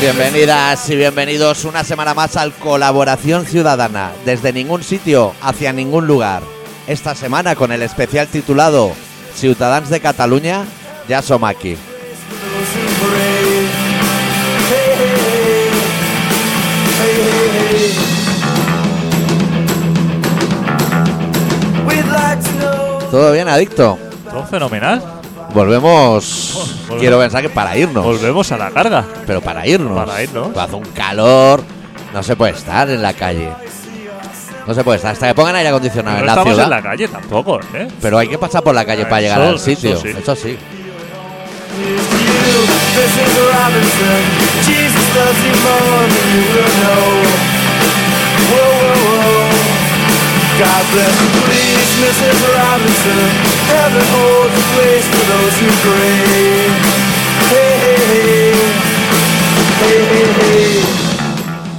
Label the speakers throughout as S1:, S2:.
S1: Bienvenidas y bienvenidos una semana más al Colaboración Ciudadana, desde ningún sitio hacia ningún lugar. Esta semana con el especial titulado Ciutadans de Cataluña, ya som aquí. ¿Todo bien, adicto?
S2: Todo fenomenal.
S1: Volvemos,
S2: Oh, Volvemos.
S1: quiero pensar que para irnos,
S2: Volvemos a la carga.
S1: pero para irnos.
S2: Para irnos.
S1: Hace un calor, no se puede estar en la calle. No se puede estar, hasta que pongan aire acondicionado
S2: no
S1: en la
S2: estamos
S1: ciudad.
S2: en la calle tampoco, ¿eh?
S1: Pero hay que pasar por la calle
S2: Ah,
S1: para llegar
S2: eso-
S1: al sitio.
S2: eso sí.
S1: Eso sí.
S3: Mrs. Robinson, Jesus loves you more than you will know. Whoa, whoa, whoa. God bless you, please, Mrs. Robinson. Heaven holds a place for those who pray. Hey, hey, hey. Hey, hey, hey.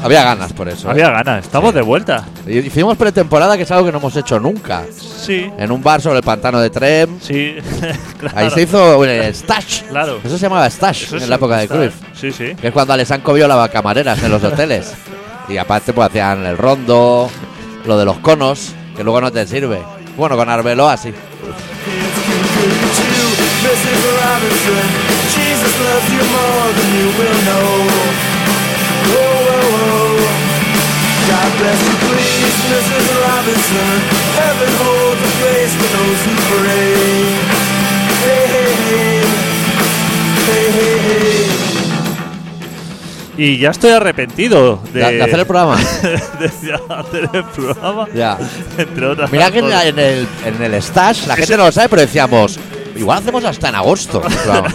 S1: Había ganas por eso. ¿eh?
S2: Había ganas. Estamos de vuelta.
S1: Y- Hicimos pretemporada, que es algo que no hemos hecho nunca.
S2: Sí.
S1: En un bar sobre el pantano de Trem.
S2: Sí. claro.
S1: Ahí se hizo el stash.
S2: Claro.
S1: Eso se llamaba stash
S2: Eso
S1: en
S2: sí,
S1: la época de
S2: está-
S1: Cruyff.
S2: Sí, sí.
S1: Que es cuando Alessandro violaba camareras en los hoteles. y aparte, pues hacían el rondo, lo de los conos, que luego no te sirve. Bueno, con Arbeloa así.
S3: Kids can prove it too, Mrs. Robinson. Jesus loves you more than you will know. Whoa, whoa, whoa. God bless you, please, Mrs. Robinson. Heaven holds a place for those who pray. Hey, hey, hey. Hey, hey, hey.
S2: Y ya estoy arrepentido de,
S1: De, de hacer el programa.
S2: de hacer el programa.
S1: ya.
S2: Entre otras
S1: Mira que en,
S2: cosas.
S1: la- en el, en el stash la gente no lo sabe, pero decíamos, igual hacemos hasta en agosto. Claro.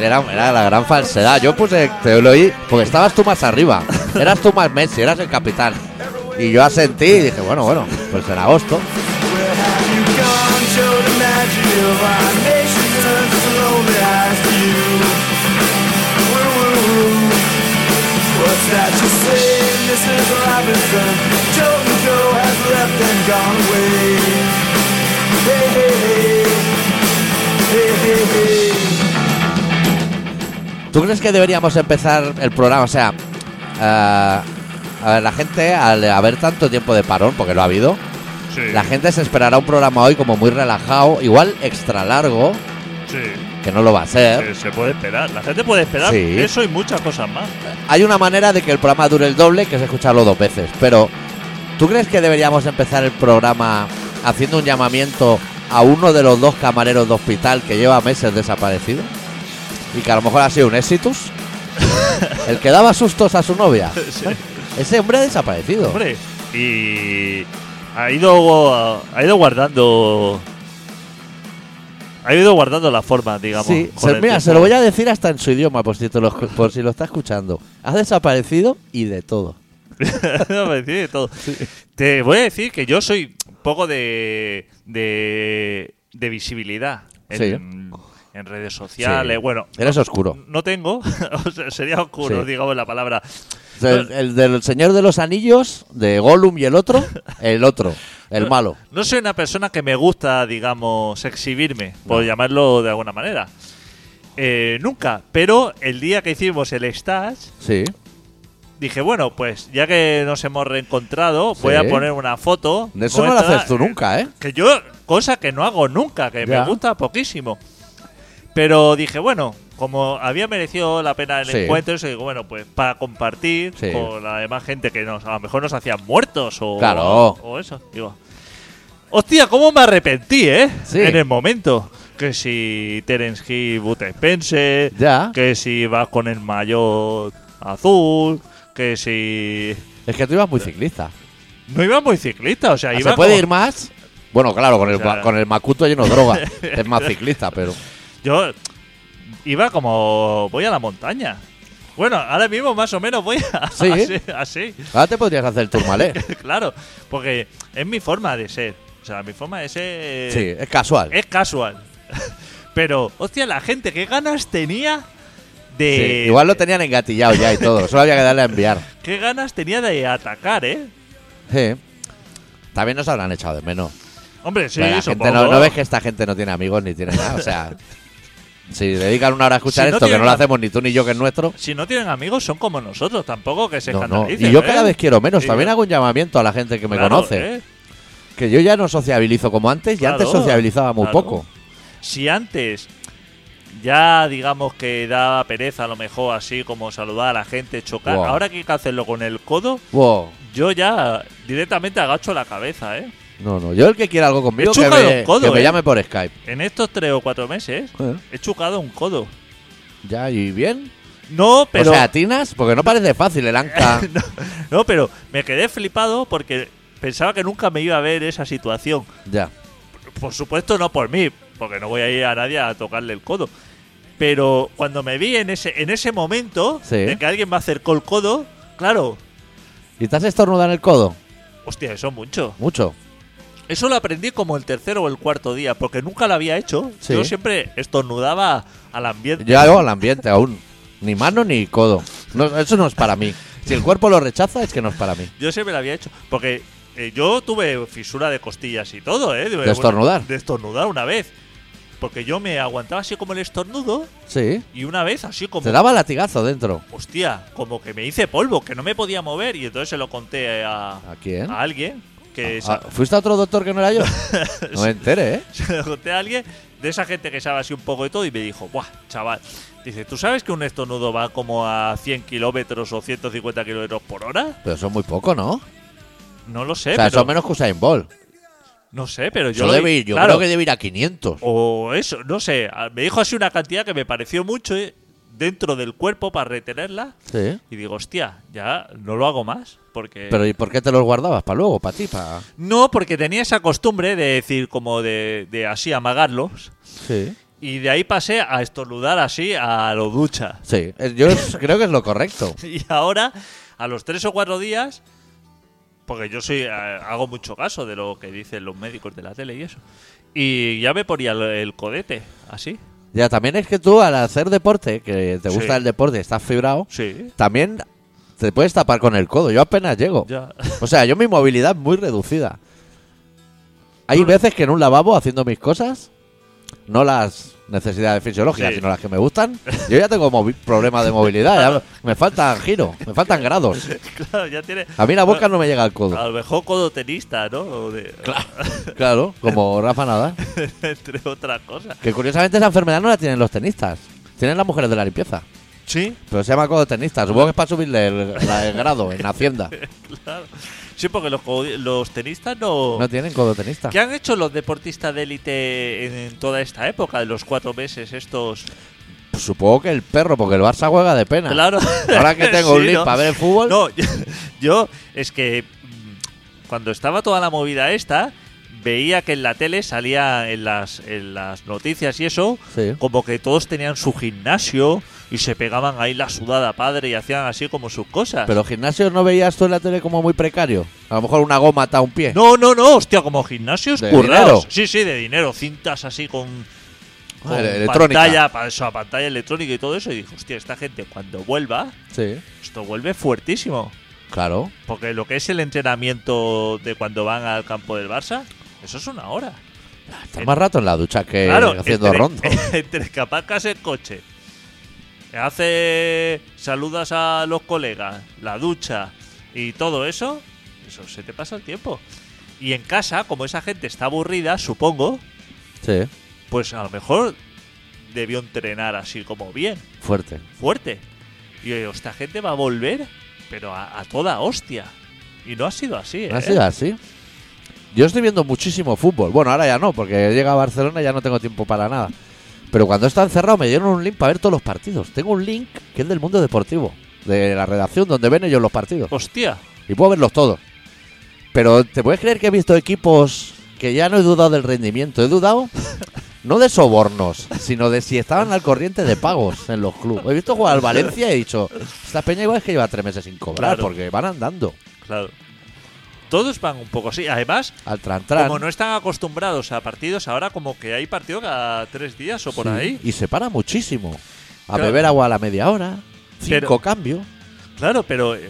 S1: Era, era la gran falsedad. Yo puse, te lo oí, porque estabas tú más arriba. Eras tú más Messi, eras el capitán. Y yo asentí y dije, bueno, bueno, pues en agosto.
S3: Where have you gone? Show the magic of our nation turns its lonely eyes to you. Woo, woo, woo. What's that you say, Mrs. Robinson? Joe and Joe has left and gone away. Hey, hey, hey. Hey, hey, hey.
S1: ¿Tú crees que deberíamos empezar el programa? O sea, eh, a ver, la gente, al haber tanto tiempo de parón, porque lo ha habido,
S2: Sí,
S1: la gente se esperará un programa hoy como muy relajado, igual extra largo,
S2: sí,
S1: que no lo va a ser.
S2: sí, Se puede esperar. La gente puede esperar
S1: ¿Eh? Sí.
S2: eso y muchas cosas más.
S1: Hay una manera de que el programa dure el doble, que es escucharlo dos veces. Pero, ¿tú crees que deberíamos empezar el programa haciendo un llamamiento a uno de los dos camareros de hospital que lleva meses desaparecido? Y que a lo mejor ha sido un éxitus. el que daba sustos a su novia.
S2: Sí.
S1: Ese hombre ha desaparecido.
S2: Hombre, y ha ido, ha ido guardando. Ha ido guardando la forma, digamos.
S1: Sí,
S2: con
S1: se,
S2: el
S1: mira, se
S2: tiempo.
S1: lo voy a decir hasta en su idioma, por si, te lo, por si lo está escuchando. Ha desaparecido y de todo.
S2: No, me decís de todo. Te voy a decir que yo soy un poco de. de, de visibilidad en, en redes sociales.
S1: Sí.
S2: Bueno,
S1: Eres oscuro.
S2: no tengo, o sea, sería oscuro,
S1: Sí.
S2: digamos, la palabra.
S1: Pues El, el del Señor de los Anillos, de Gollum y el otro, el otro, el malo.
S2: No soy una persona que me gusta, digamos, exhibirme, por llamarlo de alguna manera. Eh, nunca, pero el día que hicimos el stash,
S1: Sí.
S2: dije, bueno, pues ya que nos hemos reencontrado, voy
S1: Sí.
S2: a poner una foto.
S1: De eso no lo
S2: nuestra,
S1: haces tú
S2: eh,
S1: nunca, ¿eh?
S2: Que yo, cosa que no hago nunca, que
S1: Ya.
S2: me gusta poquísimo. Pero dije, bueno, como había merecido la pena el
S1: Sí.
S2: encuentro, eso digo, bueno, pues para compartir
S1: Sí.
S2: con la demás gente que nos, a lo mejor nos hacían muertos o,
S1: Claro.
S2: o eso. Digo, hostia, ¿cómo me arrepentí, eh?
S1: Sí.
S2: En el momento. Que si Terence Hill, Bud Spencer,
S1: Ya.
S2: que si vas con el maillot azul, que si.
S1: Es que tú ibas muy ciclista.
S2: No iba muy ciclista, o sea, iba.
S1: Ah, ¿Se puede
S2: como-
S1: ir más? Bueno, claro, con el,
S2: O sea-
S1: con el macuto lleno de droga. es más ciclista, pero.
S2: Yo iba como voy a la montaña. Bueno, ahora mismo más o menos voy a-
S1: Sí. ¿eh?
S2: así, así,
S1: Ahora te podrías hacer el turmalé.
S2: Eh, claro, porque es mi forma de ser. O sea, mi forma de ser
S1: Sí, es casual.
S2: es casual. Pero, hostia, la gente, qué ganas tenía
S1: Sí,
S2: de...
S1: Igual lo tenían engatillado ya y todo. Solo había que darle a enviar.
S2: Qué ganas tenía de atacar, ¿eh?
S1: Sí. También nos habrán echado de menos.
S2: Hombre, sí,
S1: Pero la gente
S2: supongo.
S1: no, no ves que esta gente no tiene amigos ni tiene nada. O sea, Si dedican una hora a escuchar
S2: Si no
S1: esto, que
S2: tienen
S1: no lo
S2: la-
S1: hacemos ni tú ni yo, que es nuestro.
S2: Si no tienen amigos, son como nosotros, tampoco que se
S1: No, no.
S2: escandalicen.
S1: Y yo
S2: ¿eh?
S1: cada vez quiero menos.
S2: Sí,
S1: También
S2: yo-
S1: hago un llamamiento a la gente que me
S2: Claro,
S1: conoce.
S2: ¿eh?
S1: Que yo ya no sociabilizo como antes y antes
S2: Claro,
S1: sociabilizaba muy
S2: claro.
S1: poco.
S2: Si antes ya digamos que daba pereza a lo mejor así como saludar a la gente, chocar,
S1: Wow.
S2: ahora que hay que hacerlo con el codo,
S1: Wow.
S2: yo ya directamente agacho la cabeza, ¿eh?
S1: No, no. Yo el que quiera algo conmigo,
S2: Me
S1: que,
S2: chupa
S1: me,
S2: los codos,
S1: que me
S2: eh.
S1: llame por Skype.
S2: En estos tres o cuatro meses
S1: Eh,
S2: he chucado un codo.
S1: Ya, ¿y bien?
S2: No, pero
S1: o sea, ¿atinas? Porque no parece fácil el anca.
S2: no, pero me quedé flipado porque pensaba que nunca me iba a ver esa situación.
S1: ya.
S2: Por supuesto no por mí, porque no voy a ir a nadie a tocarle el codo. Pero cuando me vi en ese en ese momento
S1: Sí.
S2: de que alguien me acercó el codo, claro,
S1: ¿Y te has estornudado en el codo?
S2: hostia, eso es mucho.
S1: Mucho.
S2: Eso lo aprendí como el tercer o el cuarto día, porque nunca lo había hecho.
S1: Sí.
S2: Yo siempre estornudaba al ambiente.
S1: Yo hago al ambiente aún. Ni mano ni codo. No, eso no es para mí. Si el cuerpo lo rechaza, es que no es para mí.
S2: Yo siempre lo había hecho, porque eh, yo tuve fisura de costillas y todo, ¿eh?
S1: ¿De estornudar?
S2: De estornudar una vez. Porque yo me aguantaba así como el estornudo
S1: Sí.
S2: y una vez así como...
S1: Te daba latigazo dentro.
S2: Hostia, como que me hice polvo, que no me podía mover y entonces se lo conté a,
S1: ¿A quién?
S2: a alguien. Que
S1: Ah,
S2: sa-
S1: ¿Fuiste a otro doctor que no era yo? No me entere, ¿eh?
S2: se lo conté a alguien de esa gente que sabe así un poco de todo y me dijo, ¡buah, chaval! Dice, ¿tú sabes que un estornudo va como a 100 kilómetros o 150 kilómetros por hora?
S1: Pero eso es muy poco, ¿no?
S2: No lo sé,
S1: o sea,
S2: Eh, pero...
S1: eso menos que Usain Bolt.
S2: No sé, pero yo...
S1: Yo,
S2: lo-
S1: debe ir- yo
S2: claro,
S1: creo que debe ir a 500.
S2: O eso, no sé. a- Me dijo así una cantidad que me pareció mucho eh, dentro del cuerpo para retenerla.
S1: Sí.
S2: Y digo, hostia, ya no lo hago más. Porque.
S1: Eh. Pero ¿y por qué te los guardabas? ¿Para luego? ¿Para ti? ¿Para...?
S2: no, porque tenía esa costumbre de decir, como de, de así amagarlos.
S1: Sí.
S2: Y de ahí pasé a estornudar así a lo ducha.
S1: Sí. Eh, Yo es- creo que es lo correcto.
S2: Y ahora, a los tres o cuatro días. Porque yo soy, eh, hago mucho caso de lo que dicen los médicos de la tele y eso. Y ya me ponía el- el codete, así.
S1: Ya, también es que tú al hacer deporte, que te gusta
S2: Sí.
S1: el deporte, estás fibrado,
S2: Sí,
S1: también te puedes tapar con el codo. Yo apenas llego.
S2: ya.
S1: O sea, yo mi movilidad es muy reducida. Hay veces que en un lavabo haciendo mis cosas, no las necesidades fisiológicas,
S2: Sí.
S1: sino las que me gustan, yo ya tengo movi- problemas de movilidad. ya me faltan giros, me faltan grados.
S2: claro, ya tiene.
S1: A mí la boca no me llega al codo.
S2: A lo mejor codotenista, ¿no? O de-
S1: Claro, como Rafa Nadal.
S2: entre otras cosas.
S1: Que curiosamente esa enfermedad no la tienen los tenistas. Tienen las mujeres de la limpieza.
S2: Sí.
S1: Pero se llama codo tenista. Supongo que es para subirle el, la- el grado en Hacienda.
S2: Claro. Sí, porque los, co- los tenistas no...
S1: No tienen codo tenista.
S2: ¿Qué han hecho los deportistas de élite en, en toda esta época, de los cuatro meses estos?
S1: Pues supongo que el perro, porque el Barça juega de pena.
S2: Claro.
S1: Ahora que tengo un
S2: Sí,
S1: link
S2: ¿no?
S1: para ver el fútbol.
S2: No, yo, yo es que mm, cuando estaba toda la movida esta, veía que en la tele salía en las, en las noticias y eso,
S1: Sí.
S2: como que todos tenían su gimnasio y se pegaban ahí la sudada padre y hacían así como sus cosas.
S1: Pero gimnasio no veías tú en la tele como muy precario. A lo mejor una goma ata un pie.
S2: No, no, no, hostia, como gimnasios
S1: De
S2: currados.
S1: dinero.
S2: Sí, sí, de dinero, cintas así con,
S1: Ah,
S2: con
S1: ele- electrónica.
S2: pantalla, pa- eso, pantalla electrónica y todo eso. Y dije, hostia, esta gente cuando vuelva,
S1: Sí.
S2: esto vuelve fuertísimo.
S1: Claro.
S2: Porque lo que es el entrenamiento de cuando van al campo del Barça, eso es una hora.
S1: Estás más rato en la ducha que
S2: claro,
S1: Eh, haciendo
S2: entre,
S1: ronda.
S2: entre que aparcas el coche, hace saludas a los colegas, la ducha y todo eso, eso se te pasa el tiempo. Y en casa, como esa gente está aburrida, supongo,
S1: Sí.
S2: pues a lo mejor debió entrenar así como bien,
S1: Fuerte.
S2: fuerte. Y yo digo, esta gente va a volver, pero a, a toda hostia. Y no ha sido así,
S1: No ha
S2: ¿eh?
S1: sido así. Yo estoy viendo muchísimo fútbol. Bueno, ahora ya no, porque llega a Barcelona y ya no tengo tiempo para nada. Pero cuando está encerrado me dieron un link para ver todos los partidos. Tengo un link que es del mundo deportivo, de la redacción donde ven ellos los partidos.
S2: Hostia,
S1: Y puedo verlos todos. Pero te puedes creer que he visto equipos que ya no he dudado del rendimiento. He dudado no de sobornos, sino de si estaban al corriente de pagos en los clubes. He visto jugar al Valencia y he dicho, esta peña igual es que lleva tres meses sin cobrar,
S2: Claro.
S1: porque van andando
S2: claro. Todos van un poco así. Además,
S1: al tran, tran.
S2: Como no están acostumbrados a partidos, ahora como que hay partido cada tres días o por
S1: Sí,
S2: ahí.
S1: Y se para muchísimo. A
S2: Claro.
S1: beber agua a la media hora, cinco
S2: Pero-
S1: cambios.
S2: Claro, pero eh,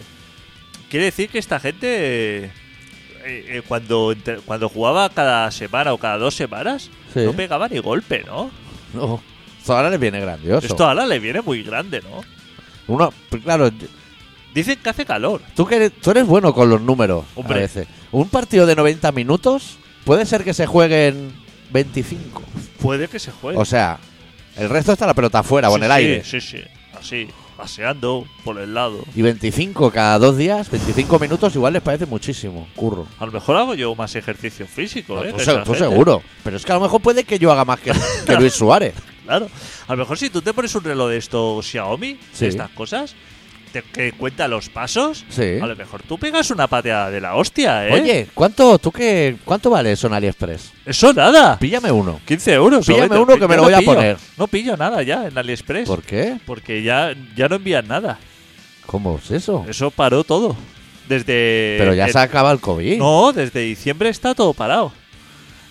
S2: quiere decir que esta gente, eh, eh, cuando, entre- cuando jugaba cada semana o cada dos semanas,
S1: Sí.
S2: no pegaba ni golpe, ¿no?
S1: No. Esto ahora le viene grandioso.
S2: Esto ahora le viene muy grande, ¿no?
S1: Uno, pues, claro, yo-
S2: Dicen que hace calor.
S1: tú, que eres, tú eres bueno con los números. a
S2: Hombre.
S1: veces. Un partido de 90 minutos puede ser que se jueguen 25.
S2: Puede que se juegue.
S1: O sea, el resto está la pelota afuera o
S2: Sí,
S1: en el
S2: sí,
S1: aire.
S2: Sí, sí. Así, paseando por el lado.
S1: Y 25 cada dos días, 25 minutos igual les parece muchísimo. Curro.
S2: A lo mejor hago yo más ejercicio físico, ¿eh?
S1: tú,
S2: que
S1: pues se-
S2: esa
S1: tú
S2: gente.
S1: seguro. Pero es que a lo mejor puede que yo haga más que, que Luis Suárez.
S2: Claro. A lo mejor si tú te pones un reloj de estos Xiaomi,
S1: Sí.
S2: de estas cosas, te- que cuenta los pasos,
S1: Sí.
S2: a lo mejor tú pegas una pateada de la hostia, ¿eh?
S1: Oye, ¿cuánto, tú qué, ¿cuánto vale eso en AliExpress?
S2: Eso nada.
S1: Píllame uno.
S2: 15 euros.
S1: Píllame
S2: Roberto.
S1: uno que me
S2: Ya
S1: lo
S2: no
S1: voy a
S2: pillo.
S1: poner.
S2: No pillo nada ya en AliExpress.
S1: ¿Por qué?
S2: Porque ya, ya no envían nada.
S1: ¿Cómo es eso?
S2: Eso paró todo. Desde.
S1: Pero ya
S2: el-
S1: se acaba el COVID.
S2: eh, No, desde diciembre está todo parado.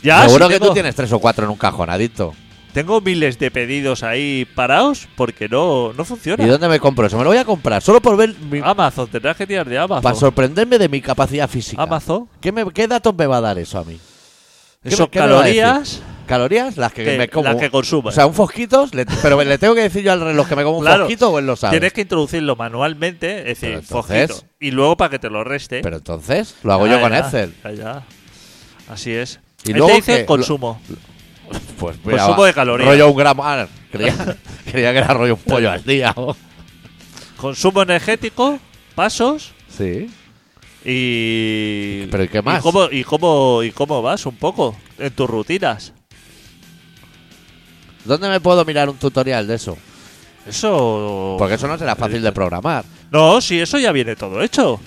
S2: Ya,
S1: Seguro
S2: sí
S1: que tú
S2: tengo-
S1: tienes tres o cuatro en un cajonadito.
S2: Tengo miles de pedidos ahí parados porque no, no funciona.
S1: ¿Y dónde me compro eso? Me lo voy a comprar solo por ver mi-
S2: Amazon, tendrás que tirar de Amazon.
S1: para sorprenderme de mi capacidad física.
S2: Amazon.
S1: ¿Qué, me- qué datos me va a dar eso a mí? ¿Qué me-
S2: Eso,
S1: qué me va a decir?
S2: calorías.
S1: Calorías, las que
S2: Que-
S1: me como.
S2: las que
S1: O
S2: consumas.
S1: sea, un fosquitos, le- pero le tengo que decir yo al reloj que me como un
S2: Claro.
S1: fosquito o él lo sabe.
S2: Tienes que introducirlo manualmente, es decir,
S1: Pero entonces-
S2: fojito. Y luego para que te lo reste.
S1: Pero entonces lo hago
S2: Ya,
S1: yo con
S2: ya,
S1: Excel.
S2: ya, ya. Así es.
S1: Y
S2: Él te
S1: luego
S2: dice
S1: que-
S2: consumo.
S1: Pues mira,
S2: Consumo
S1: va,
S2: de calorías.
S1: Rollo un gramo. ah, creía, creía que era rollo un pollo al día. o-
S2: Consumo energético, pasos
S1: Sí.
S2: y.
S1: Pero ¿y qué más?
S2: ¿Y cómo, y, cómo, y cómo vas un poco en tus rutinas?
S1: ¿Dónde me puedo mirar un tutorial de eso?
S2: Eso.
S1: Porque eso no será fácil de programar.
S2: No, sí, eso ya viene todo hecho.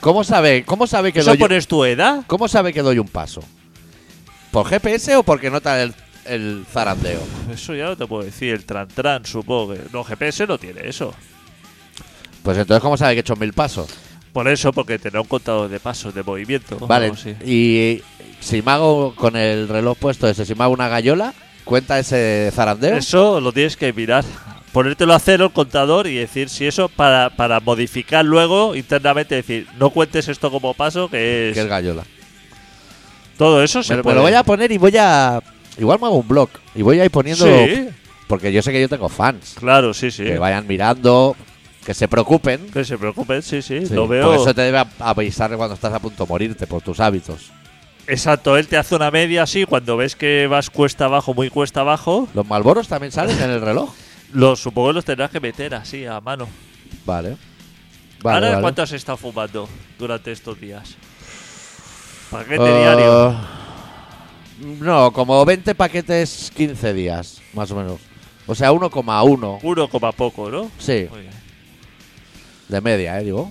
S1: ¿Cómo sabe, cómo sabe que
S2: Eso
S1: doy,
S2: pones tu edad.
S1: cómo sabe que doy un paso? ¿Por GPS o porque nota el, el zarandeo?
S2: Eso ya no te puedo decir. El tran tran, supongo que. No, GPS no tiene eso.
S1: Pues entonces, ¿cómo sabe que he hecho mil pasos?
S2: Por eso, porque tendrá un contador de pasos, de movimiento.
S1: Vale,
S2: algo así.
S1: y si me hago con el reloj puesto ese, si me hago una gallola, ¿cuenta ese zarandeo?
S2: Eso lo tienes que mirar. Ponértelo a cero el contador y decir si eso para, para modificar luego internamente, decir, no cuentes esto como paso, que es.
S1: Que es gallola.
S2: todo eso se
S1: Me, me
S2: puede.
S1: lo voy a poner y voy a. Igual me hago un blog y voy a ir poniendo.
S2: Sí,
S1: Porque yo sé que yo tengo fans.
S2: claro, sí, sí.
S1: Que vayan mirando, que se preocupen.
S2: Que se preocupen, sí, sí.
S1: Sí,
S2: lo veo.
S1: Porque eso te debe a- avisar cuando estás a punto de morirte por tus hábitos.
S2: Exacto, él te hace una media así. Cuando ves que vas cuesta abajo, muy cuesta abajo,
S1: ¿Los malboros también salen en el reloj?
S2: los, supongo que los tendrás que meter así a mano.
S1: Vale. Vale,
S2: ¿Ahora
S1: vale.
S2: cuánto has estado fumando durante estos días? Paquete
S1: Ah,
S2: diario.
S1: No, como 20 paquetes 15 días, más o menos. O sea, 1,1.
S2: Uno coma poco, ¿no?
S1: Sí,
S2: Muy bien.
S1: de media, eh, digo.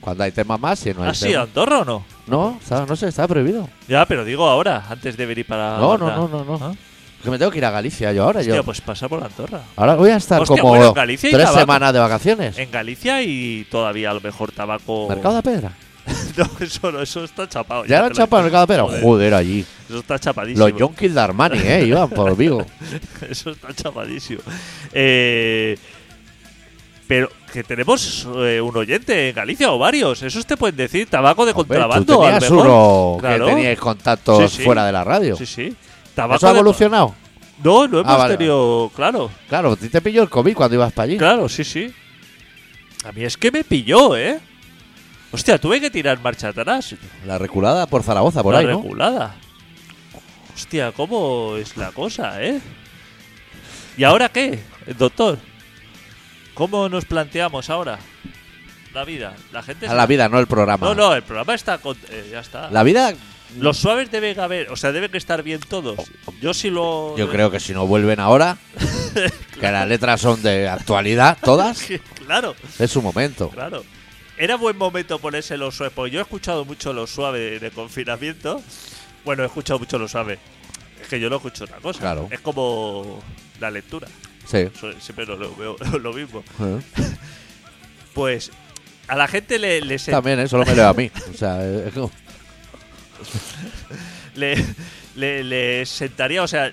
S1: Cuando hay temas más, si no hay
S2: ¿Has ido a
S1: temas.
S2: Andorra o no?
S1: No, está- no sé, está prohibido.
S2: Ya, pero digo ahora, antes de venir para.
S1: No, no,
S2: Barna.
S1: no, no, no.
S2: Ah,
S1: Que me tengo que ir a Galicia yo ahora.
S2: Hostia,
S1: Yo.
S2: pues pasa por Andorra.
S1: Ahora voy a estar
S2: Hostia,
S1: como
S2: bueno, en Galicia Eh, hay
S1: tres
S2: tabaco.
S1: semanas de vacaciones.
S2: En Galicia y todavía a lo mejor tabaco.
S1: Mercado de Pedra.
S2: no, eso, no, eso está chapado.
S1: Ya
S2: te
S1: lo
S2: lo
S1: han chapado el Mercado de
S2: digo.
S1: Pedra.
S2: Joder,
S1: Joder, allí.
S2: Eso está chapadísimo.
S1: Los yonkis de Armani, eh, iban por Vigo.
S2: Eso está chapadísimo. Eh, pero que tenemos eh, un oyente en Galicia o varios. Esos te pueden decir tabaco de
S1: Hombre, Pues
S2: contrabando.
S1: Tú
S2: a lo
S1: tenías
S2: mejor.
S1: uno
S2: Claro.
S1: que teníais contactos
S2: Sí, sí.
S1: fuera de la radio.
S2: Sí, sí.
S1: ¿Eso ha
S2: Tabaco. de-
S1: evolucionado?
S2: No, no hemos
S1: Ah, vale,
S2: tenido. Claro,
S1: Claro, a ti te pilló el COVID cuando ibas para allí.
S2: claro, sí, sí. A mí es que me pilló, ¿eh? Hostia, tuve que tirar marcha atrás.
S1: La reculada por Zaragoza, por
S2: la
S1: ahí, ¿no?
S2: regulada. Hostia, ¿cómo es la cosa, eh? ¿Y ahora qué, doctor? ¿Cómo nos planteamos ahora la vida? La gente...
S1: A
S2: se-
S1: la vida, no el programa.
S2: No, no, el programa está... con- eh, ya está.
S1: La vida,
S2: Los suaves deben haber... O sea, deben que estar bien todos. Yo sí lo...
S1: Oh, yo creo que si no vuelven ahora, que las letras son de actualidad, todas,
S2: claro,
S1: es su momento.
S2: claro. Era buen momento ponerse los suaves, porque yo he escuchado mucho los suaves de confinamiento. Bueno, he escuchado mucho los suaves. Es que yo no escucho otra cosa.
S1: Claro.
S2: Es como la lectura.
S1: Sí.
S2: Soy- siempre lo, lo veo lo mismo.
S1: Eh,
S2: Pues a la gente le, le se-
S1: También, ¿eh? solo me leo a mí. O sea, eh, es como-
S2: le, le- le sentaría, o sea,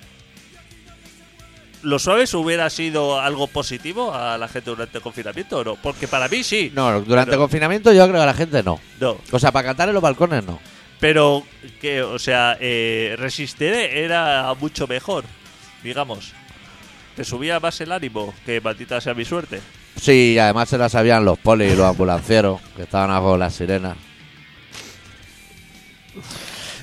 S2: ¿lo suaves hubiera sido algo positivo a la gente durante el confinamiento o no? Porque para mí sí,
S1: No, durante
S2: Pero-
S1: confinamiento yo creo que a la gente no.
S2: no.
S1: O sea, para cantar en los balcones no.
S2: Pero que, o sea, eh, resistir era mucho mejor, digamos. Te subía más el ánimo, que maldita sea mi suerte.
S1: Sí, y además se la sabían los polis y los ambulancieros que estaban abajo de las sirenas.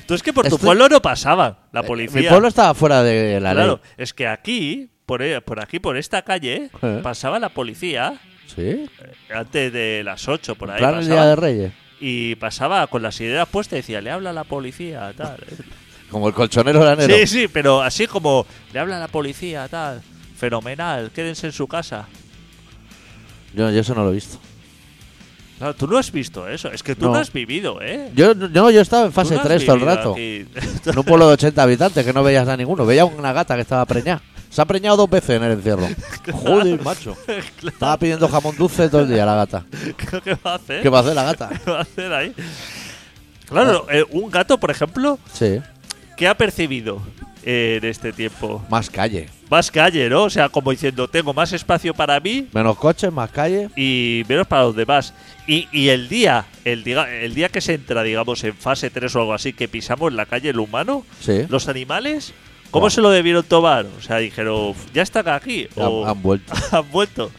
S2: Tú es que por tu
S1: Esto-
S2: pueblo no pasaba la
S1: Eh,
S2: policía.
S1: Mi pueblo estaba fuera de la
S2: claro, es que aquí, por, e- por aquí, por esta calle,
S1: Eh.
S2: pasaba la policía
S1: ley. Sí,
S2: eh, antes de las 8 por ahí.
S1: claro, el
S2: pasaba.
S1: Día de Reyes.
S2: Y pasaba con las sirenas puestas y decía, le habla la policía, tal.
S1: Como el colchonero lanero.
S2: sí, sí, pero así como, le habla la policía, tal. Fenomenal, quédense en su casa.
S1: Yo, yo eso no lo he visto.
S2: Claro, tú no has visto eso, es que tú
S1: No.
S2: no, has vivido, ¿eh?
S1: Yo no, yo estaba en
S2: Tú
S1: fase
S2: no has
S1: 3 todo el
S2: vivido
S1: rato.
S2: aquí.
S1: En un pueblo de 80 habitantes que no veías a ninguno. Veía una gata que estaba preñada. Se ha preñado dos veces en el encierro. Joder, macho. Estaba pidiendo jamón dulce todo el día la gata.
S2: ¿Qué va a hacer?
S1: ¿Qué va a hacer la gata?
S2: ¿Qué va a hacer ahí? Claro, eh, un gato, por ejemplo,
S1: Sí,
S2: ¿qué ha percibido en este tiempo?
S1: más calle.
S2: Más calle, ¿no? O sea, como diciendo, tengo más espacio para mí
S1: Menos coches, más calle.
S2: y menos para los demás. Y, y el día, el, diga- el día que se entra, digamos, en fase 3 o algo así, que pisamos la calle el humano,
S1: Sí,
S2: los animales,
S1: ¿Eh?
S2: ¿cómo
S1: Buah.
S2: se lo debieron tomar? O sea, dijeron, ya están aquí,
S1: han-
S2: o
S1: han, vuelto.
S2: han vuelto.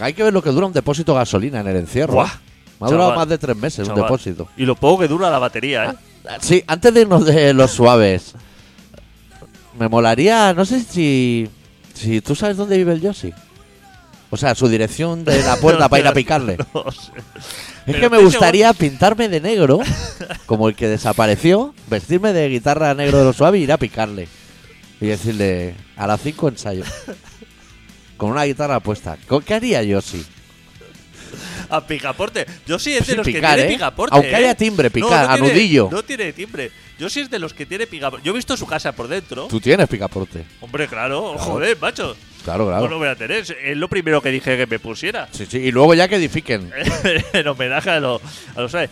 S1: Hay que ver lo que dura un depósito de gasolina en el encierro.
S2: Buah.
S1: Me ha durado
S2: Chaval.
S1: más de tres meses un
S2: Chaval.
S1: depósito.
S2: Y lo poco que dura la batería, ¿eh?
S1: Sí, antes de irnos de los suaves, me molaría, no sé si, si tú sabes dónde vive el Yossi. O sea, su dirección de la puerta para ir a picarle.
S2: No sé.
S1: Es
S2: Pero
S1: que me
S2: estoy
S1: gustaría pintarme de negro, como el que desapareció, vestirme de guitarra negro de los suaves y ir a picarle. Y decirle, a las 5 ensayo. Con una guitarra puesta. ¿Con- ¿Qué haría Yossi?
S2: A picaporte. Yo sí es de
S1: Sin
S2: los
S1: picar,
S2: que
S1: ¿eh?
S2: tiene picaporte.
S1: Aunque
S2: ¿eh?
S1: haya timbre, picar,
S2: tiene-
S1: anudillo.
S2: no tiene timbre. Yo sí es de los que tiene picaporte. Yo he visto su casa por dentro.
S1: Tú tienes picaporte.
S2: Hombre, claro, joder, macho.
S1: Claro,
S2: No
S1: claro.
S2: lo voy a tener. Es lo primero que dije que me pusiera.
S1: Sí, sí, Y luego ya que edifiquen.
S2: en homenaje a los a los suaves.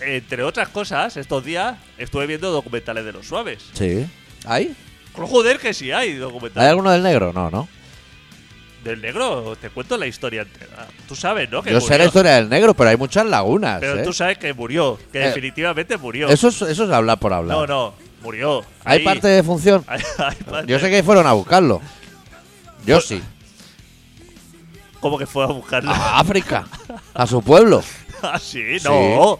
S2: Entre otras cosas, estos días estuve viendo documentales de los suaves.
S1: Sí. ¿Hay?
S2: Joder, que sí hay
S1: ¿Hay
S2: documentales.
S1: alguno del negro? No, no.
S2: Del negro, te cuento la historia entera. Tú sabes, ¿no? Que
S1: Yo sé la
S2: murió.
S1: historia del negro, pero hay muchas lagunas.
S2: Pero
S1: ¿eh?
S2: tú sabes que murió, que
S1: Eh,
S2: definitivamente murió.
S1: eso, es, eso es hablar por hablar.
S2: No, no, murió.
S1: ¿Hay
S2: Ahí.
S1: parte de función?
S2: Hay- hay parte.
S1: Yo sé que fueron a buscarlo. Yo sí.
S2: ¿Cómo que fue a buscarla?
S1: A África. A su pueblo.
S2: Ah, sí, no.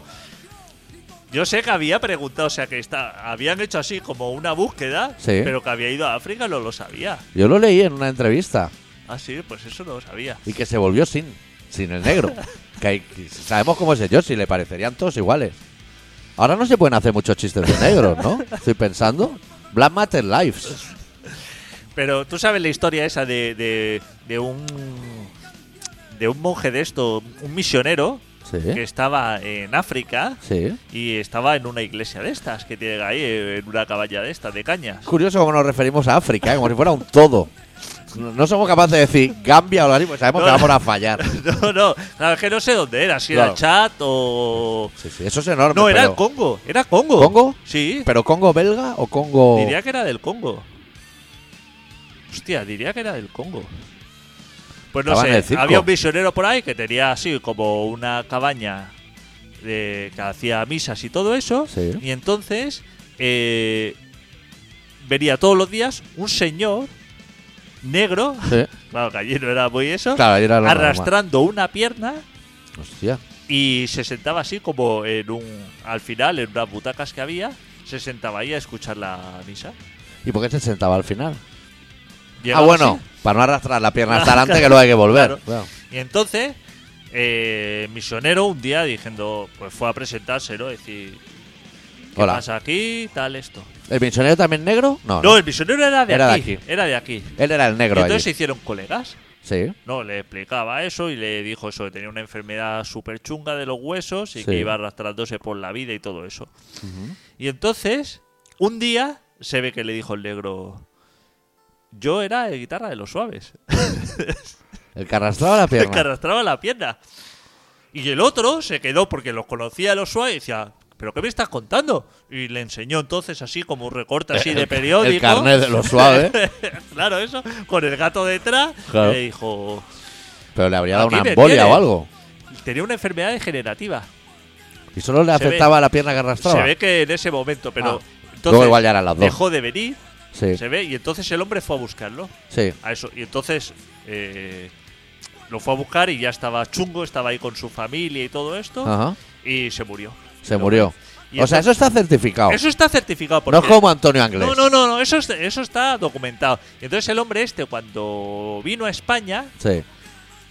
S2: Yo sé que había preguntado, o sea, que está, habían hecho así como una búsqueda,
S1: Sí.
S2: pero que había ido a África no lo sabía.
S1: Yo lo leí en una entrevista.
S2: Ah, sí, pues eso no lo sabía.
S1: Y que se volvió sin, sin el negro. que hay- que sabemos cómo es el Yossi, le parecerían todos iguales. Ahora no se pueden hacer muchos chistes de negros, ¿no? Estoy pensando. Black Matter Lives.
S2: Pero tú sabes la historia esa de, de, de un de un monje de esto, un misionero que
S1: Sí.
S2: estaba en África
S1: Sí.
S2: y estaba en una iglesia de estas que tienen ahí, en una cabaña de estas, de cañas.
S1: Es curioso cómo nos referimos a África, ¿eh? como si fuera un todo. No no somos capaces de decir Gambia o algo así, porque sabemos que
S2: No.
S1: vamos a fallar.
S2: No, no, claro, es que no sé dónde era, si
S1: Claro.
S2: era Chat o.
S1: Sí, sí, eso es enorme.
S2: No, era
S1: pero,
S2: el Congo, era Congo.
S1: ¿Congo?
S2: Sí,
S1: ¿Pero Congo belga o Congo...?
S2: diría que era del Congo. Hostia, diría que era del Congo. Pues no
S1: Estaba en el
S2: sé,
S1: circo.
S2: había un misionero por ahí que tenía así como una cabaña de- que hacía misas y todo eso.
S1: Sí.
S2: Y entonces eh, venía todos los días un señor negro,
S1: Sí.
S2: claro que allí no era muy eso,
S1: Claro, ahí era lo normal.
S2: arrastrando una pierna
S1: Hostia.
S2: y se sentaba así como en un al final en unas butacas que había se sentaba ahí a escuchar la misa
S1: ¿Y por qué se sentaba al final?
S2: Llegaba
S1: ah, bueno,
S2: así.
S1: para no arrastrar la pierna hasta adelante que luego hay que volver.
S2: Claro. y entonces eh, misionero un día diciendo pues fue a presentarse no decir qué
S1: Hola.
S2: pasa aquí tal esto
S1: ¿El misionero también negro? No,
S2: no
S1: no.
S2: el misionero era de
S1: Era de
S2: aquí,
S1: aquí.
S2: era de aquí y
S1: Él era el negro
S2: entonces
S1: allí.
S2: se hicieron colegas
S1: Sí.
S2: no le explicaba eso y le dijo eso que tenía una enfermedad súper chunga de los huesos y
S1: Sí.
S2: que iba arrastrándose por la vida y todo eso Y entonces, un día se ve que le dijo el negro: Yo era el guitarra de los suaves,
S1: El que arrastraba la
S2: el que
S1: pierna.
S2: arrastraba la pierna. Y el otro se quedó porque los conocía a los suaves y decía: ¿Pero qué me estás contando? Y le enseñó entonces, así como un recorte así de periódico.
S1: El carnet de los suaves.
S2: claro, eso, con el gato detrás.
S1: Claro.
S2: Le dijo:
S1: Pero le habría dado
S2: Aquí
S1: una
S2: me
S1: embolia
S2: tienes.
S1: o algo.
S2: Tenía una enfermedad degenerativa.
S1: Y solo le
S2: Se ve.
S1: afectaba la pierna que arrastraba.
S2: Se ve que en ese momento, pero.
S1: Ah.
S2: entonces
S1: Luego igual ya eran las dos.
S2: Dejó de venir
S1: Sí,
S2: Se ve y entonces el hombre fue a buscarlo.
S1: sí,
S2: A eso. Y entonces eh, lo fue a buscar y ya estaba chungo, estaba ahí con su familia y todo esto.
S1: ajá,
S2: Y se murió.
S1: se murió.
S2: Y
S1: O sea, eso está certificado.
S2: Eso está certificado.
S1: No es
S2: porque-
S1: como Antonio Anglés.
S2: no, no, no, no, eso, es- eso está documentado. Y entonces el hombre este, cuando vino a España,
S1: Sí,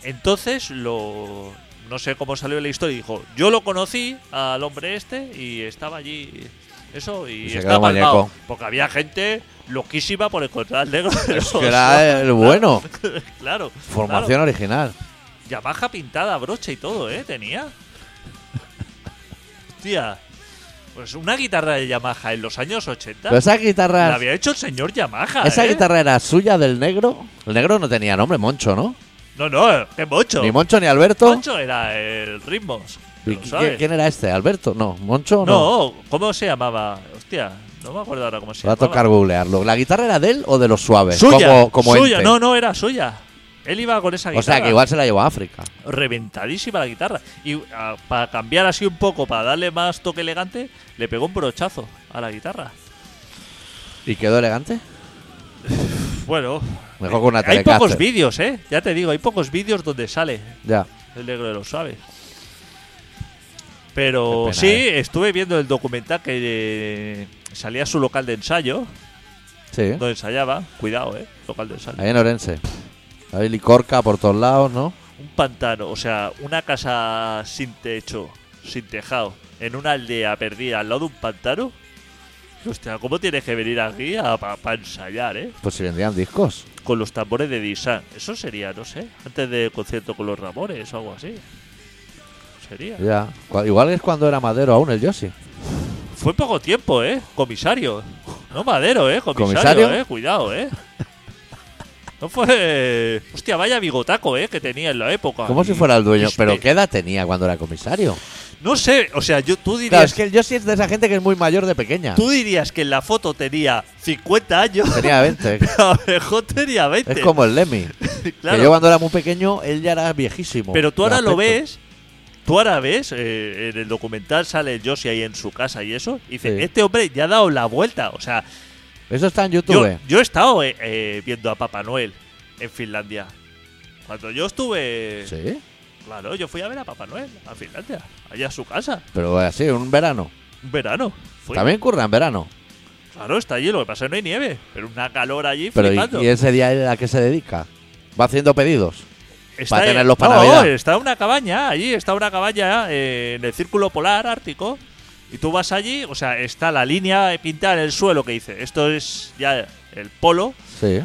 S2: entonces lo. No sé cómo salió la historia. Dijo: Yo lo conocí al hombre este y estaba allí. Eso, y,
S1: Y se
S2: estaba
S1: quedó
S2: palmao,
S1: maníaco.
S2: Porque había gente loquísima por encontrar al negro.
S1: que era el bueno.
S2: Claro.
S1: Formación original.
S2: claro. Yamaha pintada, brocha y todo, ¿eh? Tenía. Hostia. Pues una guitarra de Yamaha en los años 80.
S1: Pero esa
S2: La
S1: guitarra,
S2: había hecho el señor Yamaha.
S1: esa
S2: ¿eh?
S1: guitarra era suya del negro. El negro no tenía nombre, Moncho, ¿no?
S2: No, no, de Mocho.
S1: Ni Moncho ni Alberto.
S2: Mocho era el ritmo.
S1: ¿Y
S2: ¿Lo
S1: qui-
S2: sabes?
S1: ¿Quién era este? ¿Alberto? No, Moncho no.
S2: no, ¿cómo se llamaba? Hostia, no me acuerdo ahora cómo se
S1: Va a
S2: llamaba.
S1: tocar googlearlo. ¿La guitarra era de él o de los suaves?
S2: Suya,
S1: Como, como
S2: suya.
S1: ente.
S2: No, no, era suya. Él iba con esa
S1: o
S2: guitarra.
S1: sea, que igual se la llevó a África.
S2: Reventadísima la guitarra. Y ah, para cambiar así un poco, para darle más toque elegante, le pegó un brochazo a la guitarra.
S1: ¿Y quedó elegante?
S2: Bueno,
S1: Mejor que una
S2: hay pocos
S1: Telecaster.
S2: vídeos, ¿eh? Ya te digo, hay pocos vídeos donde sale
S1: Ya.
S2: El negro de los suaves.
S1: Qué
S2: Pero
S1: pena, eh.
S2: sí, estuve viendo el documental que eh, salía a su local de ensayo,
S1: Sí.
S2: donde ensayaba. Cuidado, eh, local de ensayo.
S1: Ahí en Orense. Hay licorca por todos lados, ¿no?
S2: Un pantano, o sea, una casa sin techo, sin tejado, en una aldea perdida al lado de un pantano. Hostia, ¿cómo tienes que venir aquí para ensayar, eh?
S1: Pues si vendían discos.
S2: Con los tambores de Disa. Eso sería, no sé, antes del concierto con los Ramones o algo así. Sería.
S1: Ya. Cu- Igual es cuando era Madero aún el Yoshi.
S2: Fue poco tiempo, ¿eh? Comisario. No madero, ¿eh? Comisario,
S1: ¿Comisario?
S2: ¿eh? Cuidado, ¿eh? No fue... Hostia, vaya bigotaco, ¿eh? Que tenía en la época.
S1: Como si
S2: Y-
S1: fuera el dueño.
S2: y-
S1: Pero ¿qué edad tenía cuando era comisario?
S2: No sé, o sea, yo, tú, dirías,
S1: Claro, es que el Yoshi es de esa gente que es muy mayor de pequeña.
S2: tú dirías que en la foto tenía 50 años.
S1: Tenía 20.
S2: A lo mejor tenía 20.
S1: Es como el Lemmy.
S2: Claro.
S1: Que yo cuando era muy pequeño, él ya era viejísimo.
S2: Pero tú
S1: de
S2: ahora lo
S1: aspecto.
S2: ves, tú ahora ves, eh, en el documental sale el Josie ahí en su casa y eso, y dice,
S1: Sí.
S2: este hombre ya ha dado la vuelta, o sea,
S1: Eso está en
S2: Yo,
S1: YouTube.
S2: yo he estado eh, eh, viendo a Papá Noel en Finlandia. Cuando yo estuve.
S1: Sí.
S2: Claro, yo fui a ver a Papá Noel a Finlandia, allá a su casa,
S1: Pero así, un verano.
S2: un verano. Fui.
S1: También curra en verano.
S2: Claro, está allí, lo que pasa es que no hay nieve, pero una calor allí
S1: Pero
S2: flipando.
S1: ¿y, y ese día él a qué se dedica? Va haciendo pedidos.
S2: está
S1: para
S2: ahí-
S1: tenerlos para
S2: no,
S1: Navidad.
S2: está una cabaña, allí está una cabaña eh, en el círculo polar ártico. Y tú vas allí, o sea, está la línea pintada en el suelo que dice, esto es ya el polo,
S1: Sí.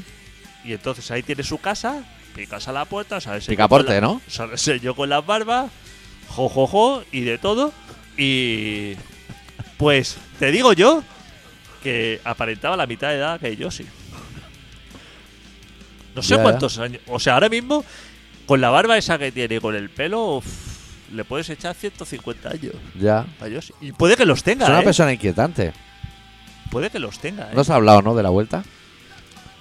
S2: Y entonces ahí tiene su casa, picas a la puerta, sabes
S1: Picaporte, ¿no?
S2: yo con las barbas, jo, jo, jo, y de todo. Y. Pues te digo yo que aparentaba la mitad de edad que yo sí. No sé
S1: Ya, ya.
S2: cuántos años. O sea, ahora mismo, con la barba esa que tiene y con el pelo, uf, le puedes echar 150 años
S1: Ya.
S2: a Yoshi. Y puede que los tenga,
S1: Es una
S2: ¿eh?
S1: persona inquietante.
S2: Puede que los tenga, ¿eh?
S1: No se ha hablado, ¿no? De la vuelta.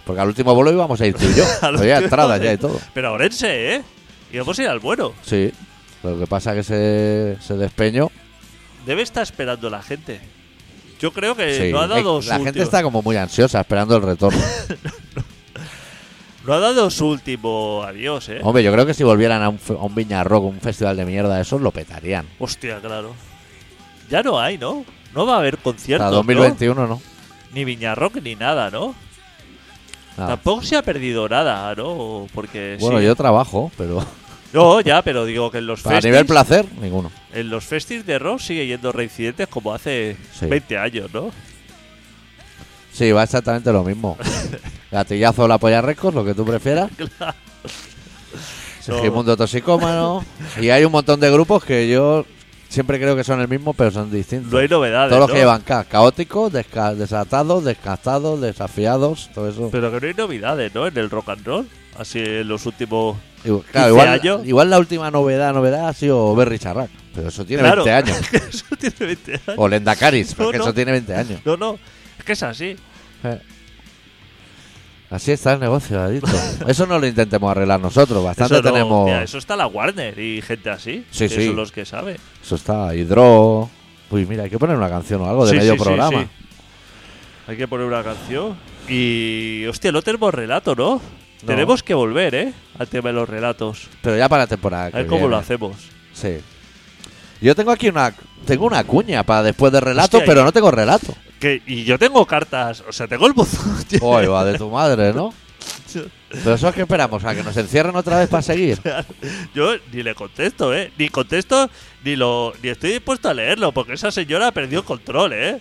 S1: Porque al último bolo íbamos a ir tú y yo.
S2: Al
S1: Había
S2: último
S1: entradas
S2: bolo.
S1: ya y todo.
S2: Pero a Orense, ¿eh? Y vamos a ir al bueno.
S1: Sí. Lo que pasa que se, se despeñó.
S2: Debe estar esperando la gente. Yo creo que
S1: Sí.
S2: no ha dado
S1: Eh,
S2: su
S1: La
S2: último,
S1: gente está como muy ansiosa esperando el retorno.
S2: no ha dado su último adiós, eh.
S1: Hombre, yo creo que si volvieran a un, fe- a un Viña Rock, un festival de mierda de esos, lo petarían.
S2: Hostia, claro. Ya no hay, ¿no? No va a haber
S1: Hasta
S2: conciertos, ¿no?
S1: 2021 no.
S2: ni Viñarrock ni nada, ¿no?
S1: Nada.
S2: Tampoco se ha perdido nada, ¿no? Porque
S1: Ah. Bueno,
S2: sí.
S1: yo trabajo, pero
S2: No, ya, pero digo que en los
S1: a
S2: festis,
S1: nivel placer, ninguno.
S2: en los festis de rock sigue yendo reincidentes como hace
S1: Sí.
S2: 20 años, ¿no?
S1: Sí, va exactamente lo mismo. Gatillazo o la polla récords, lo que tú prefieras. Segimundo Toxicómano. Y hay un montón de grupos que yo siempre creo que son el mismo, pero son distintos.
S2: No hay novedades,
S1: Todos los
S2: ¿no?
S1: que llevan K, caóticos, desca- desatados, descastados, desafiados, todo eso.
S2: Pero que no hay novedades, ¿no? En el rock and roll. Así en los últimos
S1: Y,
S2: 15
S1: claro, igual,
S2: años.
S1: igual la última novedad, novedad ha sido Berry Charrac, pero eso tiene
S2: Claro.
S1: 20 años.
S2: Eso tiene 20 años.
S1: O Lenda Caris, porque
S2: no.
S1: eso tiene 20 años.
S2: No, no, es que es así.
S1: Eh. Así está el negocio, Adito. Eso no lo intentemos arreglar nosotros, bastante
S2: eso no-
S1: tenemos.
S2: mira, eso está la Warner y gente así.
S1: Sí,
S2: que
S1: sí.
S2: Son los que saben.
S1: Eso está hidro. Uy, mira, hay que poner una canción o algo de
S2: Sí,
S1: medio
S2: sí, sí,
S1: programa.
S2: sí. Hay que poner una canción. Y. Hostia, no tenemos relato, ¿no?
S1: No. Ah,
S2: Tenemos que volver, ¿eh? Al tema de los relatos.
S1: Pero ya para la temporada.
S2: A ver
S1: que
S2: cómo lo
S1: viene.
S2: hacemos.
S1: Sí. Yo tengo aquí una. Tengo una cuña para después del relato,
S2: Hostia,
S1: pero no tengo relato.
S2: Que, y yo tengo cartas. O sea, tengo el buzón. tío.
S1: Oye, va de tu madre, ¿no? Pero eso es que esperamos, a que nos encierren otra vez para seguir.
S2: Yo ni le contesto, ¿eh? Ni contesto, ni lo ni estoy dispuesto a leerlo, porque esa señora perdió el control, ¿eh?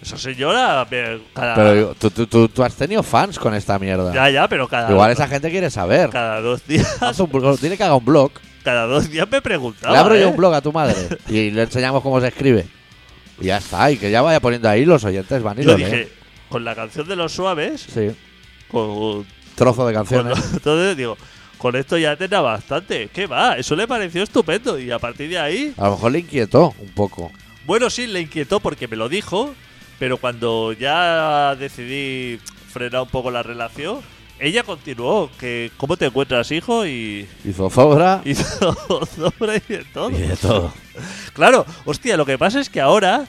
S2: Esa señora... me- cada,
S1: Pero digo, tú, tú- tú- tú has tenido fans con esta mierda.
S2: ya, ya, pero cada,
S1: Igual esa gente quiere saber.
S2: cada dos días...
S1: Haz un blog, dile que haga un blog.
S2: Cada dos días me preguntaba,
S1: Le abro yo
S2: ¿eh?
S1: un blog a tu madre y le enseñamos cómo se escribe. Y ya está, y que ya vaya poniendo ahí los oyentes van y
S2: Yo
S1: lo
S2: dije,
S1: leen.
S2: con la canción de los suaves,
S1: Sí,
S2: con,
S1: trozo de
S2: con-
S1: canciones.
S2: entonces digo, con esto ya tenía bastante. ¿Qué va? Eso le pareció estupendo y a partir de ahí
S1: A lo mejor le inquietó un poco.
S2: Bueno, sí, le inquietó porque me lo dijo, pero cuando ya decidí frenar un poco la relación, ella continuó, que ¿cómo te encuentras, hijo? Y
S1: Hizo zozobra
S2: hizo zozobra y de todo.
S1: y de todo.
S2: Claro, hostia, lo que pasa es que ahora,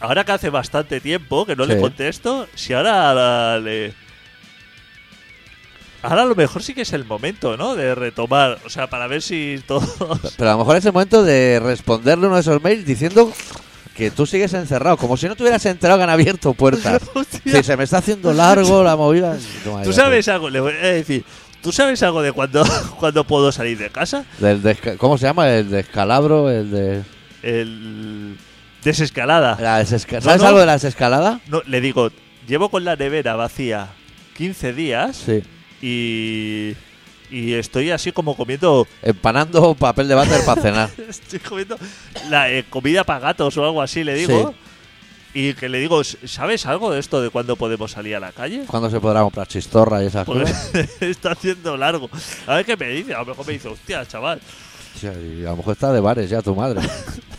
S2: ahora que hace bastante tiempo que no le
S1: Sí.
S2: contesto, si ahora la- le... Ahora a lo mejor sí que es el momento, ¿no? De retomar, o sea, para ver si todos...
S1: Pero a lo mejor es el momento de responderle uno de esos mails diciendo que tú sigues encerrado, como si no te hubieras enterado que han abierto puertas.
S2: Hostia.
S1: Si se me está haciendo largo la movida. No, ahí
S2: ¿Tú
S1: va,
S2: sabes algo? Le voy a decir, ¿tú sabes algo de cuándo cuándo puedo salir de casa?
S1: Del desca- ¿Cómo se llama? El descalabro, el de.
S2: El desescalada.
S1: la desesca-
S2: No,
S1: ¿Sabes
S2: no.
S1: algo de la desescalada?
S2: No, le digo, llevo con la nevera vacía 15 días
S1: Sí.
S2: y, y estoy así como comiendo
S1: Empanando papel de váter para cenar.
S2: estoy comiendo la eh, comida para gatos o algo así, le digo.
S1: Sí.
S2: Y que le digo, ¿sabes algo de esto de cuándo podemos salir a la calle?
S1: ¿Cuándo se podrá comprar chistorra y esas
S2: Porque
S1: cosas?
S2: está haciendo largo. A ver qué me dice. A lo mejor me dice, hostia, chaval.
S1: Hostia, y a lo mejor está de bares ya tu madre.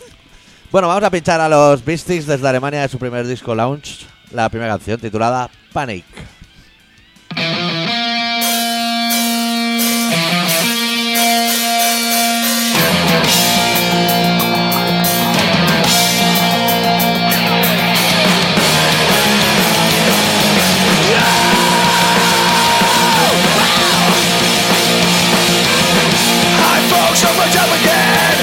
S1: bueno, vamos a pinchar a los Beasties desde Alemania de su primer disco Lounge. La primera canción titulada Panic.
S4: Hi folks, I'm what's up again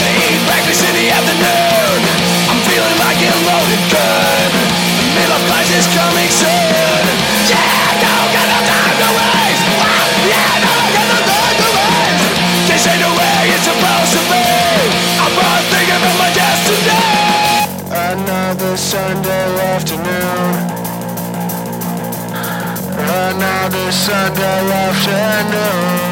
S4: Eight breakfast in the afternoon I'm feeling like a loaded gun The middle class is coming soon Yeah, no, got no time to waste Ah, Yeah, no, got no time to waste This ain't the way it's supposed to be I'm not thinking about my destiny Another Sunday afternoon Another Sunday afternoon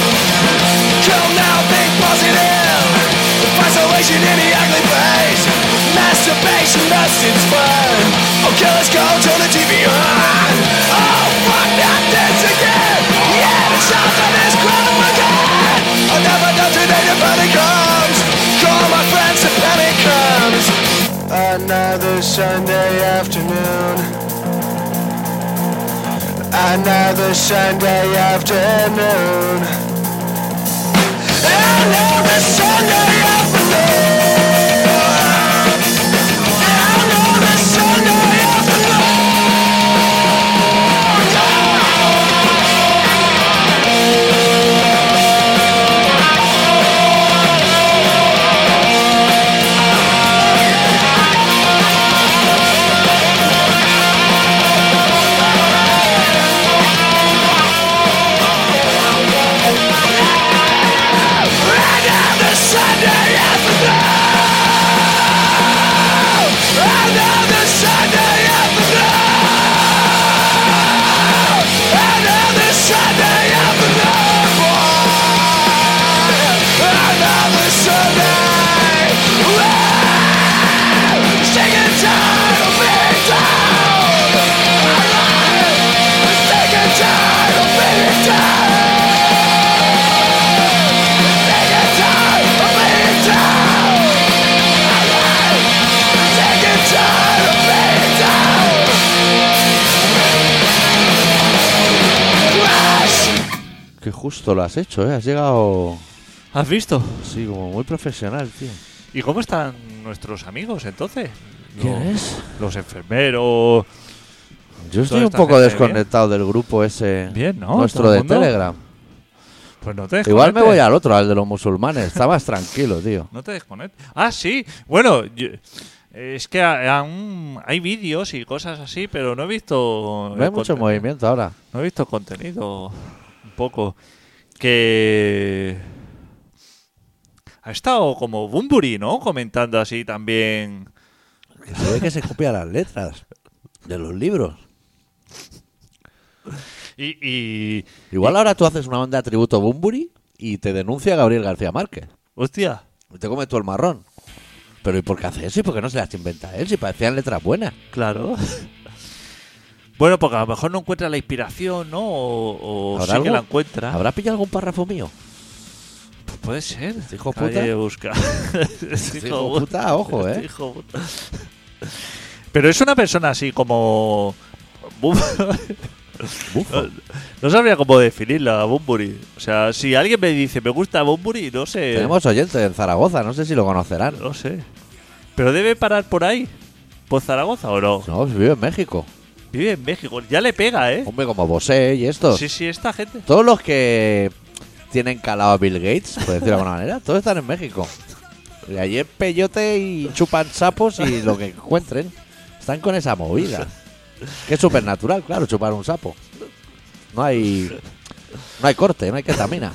S4: Come now, think positive. Isolation in the ugly place. Masturbation, that's it's fun. Okay, let's go, turn the TV on. Oh, fuck, not this again. Yeah, the sound of this crowd again. I'll never know today the panic comes. Call my friends, the panic comes. Another Sunday afternoon. Another Sunday afternoon. Another Sunday afternoon. Another Sunday afternoon. Another Sunday afternoon. Another Sunday afternoon. Another Sunday afternoon. boy. Another Sunday. Woo! Sick and tired of being down. Alright. Sick and tired of being down.
S1: Que justo lo has hecho, ¿eh? Has llegado
S2: ¿Has visto?
S1: Sí, como muy profesional, tío.
S2: ¿Y cómo están nuestros amigos entonces?
S1: ¿Quién
S2: Los-
S1: es?
S2: Los enfermeros.
S1: Yo estoy
S2: Toda
S1: un
S2: esta
S1: poco
S2: gente
S1: desconectado del grupo ese
S2: Bien, ¿no?
S1: nuestro
S2: ¿Todo el
S1: de
S2: mundo?
S1: Telegram.
S2: Pues no te
S1: Igual me
S2: desconectes.
S1: voy al otro, al de los musulmanes. Está más tranquilo, tío.
S2: No te desconectes. Ah, sí. Bueno, yo- es que a- aún hay vídeos y cosas así, pero no he visto.
S1: No hay
S2: el
S1: mucho
S2: conten-
S1: movimiento ahora.
S2: No he visto contenido. Un poco. Que. Ha estado como Bumburi, ¿no? Comentando así también.
S1: Que se ve que se copian las letras de los libros.
S2: Y, y-
S1: Igual ahora tú haces una banda de tributo a Bumburi y te denuncia Gabriel García Márquez.
S2: Hostia.
S1: Y te comes tú el marrón. Pero ¿y por qué hace eso? ¿Y por qué no se las inventa él? Si parecían letras buenas.
S2: Claro. Bueno, porque a lo mejor no encuentra la inspiración, ¿no? O, o sí
S1: ¿Habrá
S2: que
S1: algo?
S2: la encuentra.
S1: ¿Habrá pillado algún párrafo mío?
S2: Pues puede ser.
S1: Este hijo
S2: Nadie
S1: puta.
S2: busca. Este
S1: Este hijo puta, ojo,
S2: Este
S1: eh.
S2: hijo puta. Pero es una persona así como... Bum-
S1: Bufo.
S2: No sabría cómo definirla, Bumburi. O sea, si alguien me dice, me gusta Bumburi, no sé...
S1: Tenemos oyentes en Zaragoza, no sé si lo conocerán.
S2: No sé. Pero debe parar por ahí. ¿Por Zaragoza o no?
S1: No, vive en México.
S2: Vive en México. Ya le pega, ¿eh?
S1: Hombre, como Bosé y estos.
S2: Sí, sí, esta gente.
S1: Todos los que tienen calado a Bill Gates, por decirlo de alguna manera, todos están en México. Y allí es peyote y chupan sapos y lo que encuentren. Están con esa movida. Que es supernatural, claro, chupar un sapo. No hay. No hay corte, no hay ketamina.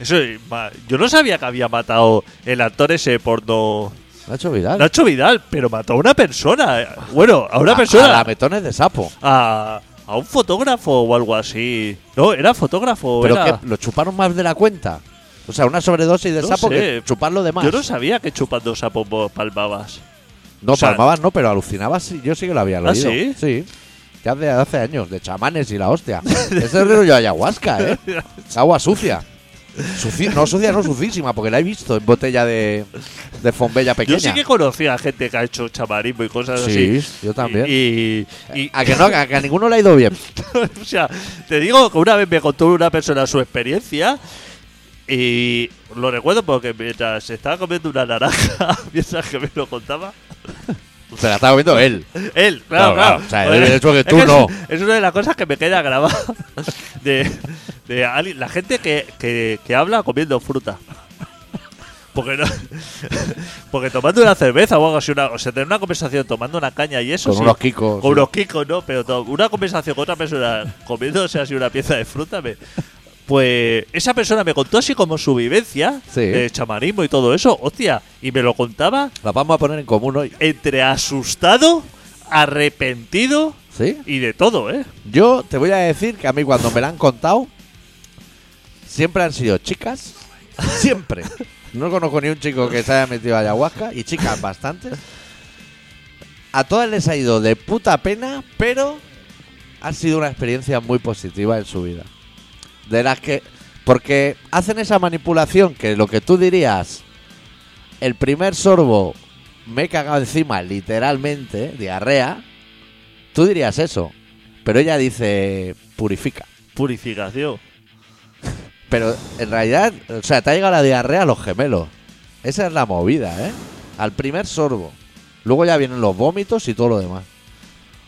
S2: Eso, eh, ma- yo no sabía que había matado el actor ese porno
S1: Nacho Vidal.
S2: Nacho Vidal, pero mató a una persona. eh. Bueno, a una
S1: Ah. A- A
S2: persona.
S1: lametones de sapo.
S2: A, a un fotógrafo o algo así. No, era fotógrafo.
S1: Pero
S2: era-
S1: que lo chuparon más de la cuenta. O sea, una sobredosis de
S2: No
S1: sapo
S2: sé.
S1: que chupar lo demás.
S2: Yo no sabía que chupando sapos vos palmabas.
S1: No,
S2: O sea-
S1: palmabas no, pero alucinabas sí, yo sí que lo había
S2: ¿Ah,
S1: leído.
S2: sí?
S1: Sí. Ya de hace años, de chamanes y la hostia. Ese es el rollo ayahuasca, ¿eh? Agua sucia. Suci- no sucia, no sucísima, porque la he visto en botella de, de Fombella pequeña.
S2: Yo sí que conocía a gente que ha hecho chamarismo y cosas así.
S1: Sí, yo también.
S2: Y. y- y-
S1: A que no, a que a ninguno le ha ido bien.
S2: o sea, te digo que una vez me contó una persona su experiencia. Y lo recuerdo porque mientras estaba comiendo una naranja, mientras que me lo contaba,
S1: Se la estaba viendo él.
S2: Él, claro,
S1: Claro,
S2: claro.
S1: claro. O sea, él
S2: Joder,
S1: hubiera hecho que
S2: es
S1: tú
S2: es-
S1: no.
S2: Es una de las cosas que me queda grabada de, de ali- la gente que, que- que habla comiendo fruta. Porque, no- porque tomando una cerveza o algo así, una, o sea, tener una conversación tomando una caña y eso.
S1: Con
S2: sí.
S1: unos kikos,
S2: Con
S1: sí.
S2: unos kikos, no, pero to- una conversación con otra persona comiéndose así una pieza de fruta. me- pues esa persona me contó así como su vivencia
S1: Sí.
S2: de chamarismo y todo eso, hostia, y me lo contaba
S1: La vamos a poner en común hoy.
S2: entre asustado, arrepentido
S1: ¿Sí?
S2: y de todo, ¿eh?
S1: Yo te voy a decir que a mí cuando me la han contado, siempre han sido chicas. Siempre. No conozco ni un chico que se haya metido a ayahuasca y chicas bastantes. A todas les ha ido de puta pena, pero ha sido una experiencia muy positiva en su vida. De las que... Porque hacen esa manipulación que lo que tú dirías, el primer sorbo me he cagado encima, literalmente, diarrea, tú dirías eso. Pero ella dice purifica.
S2: Purificación.
S1: Pero en realidad, o sea, te ha llegado la diarrea a los gemelos. Esa es la movida, ¿eh? Al primer sorbo. Luego ya vienen los vómitos y todo lo demás.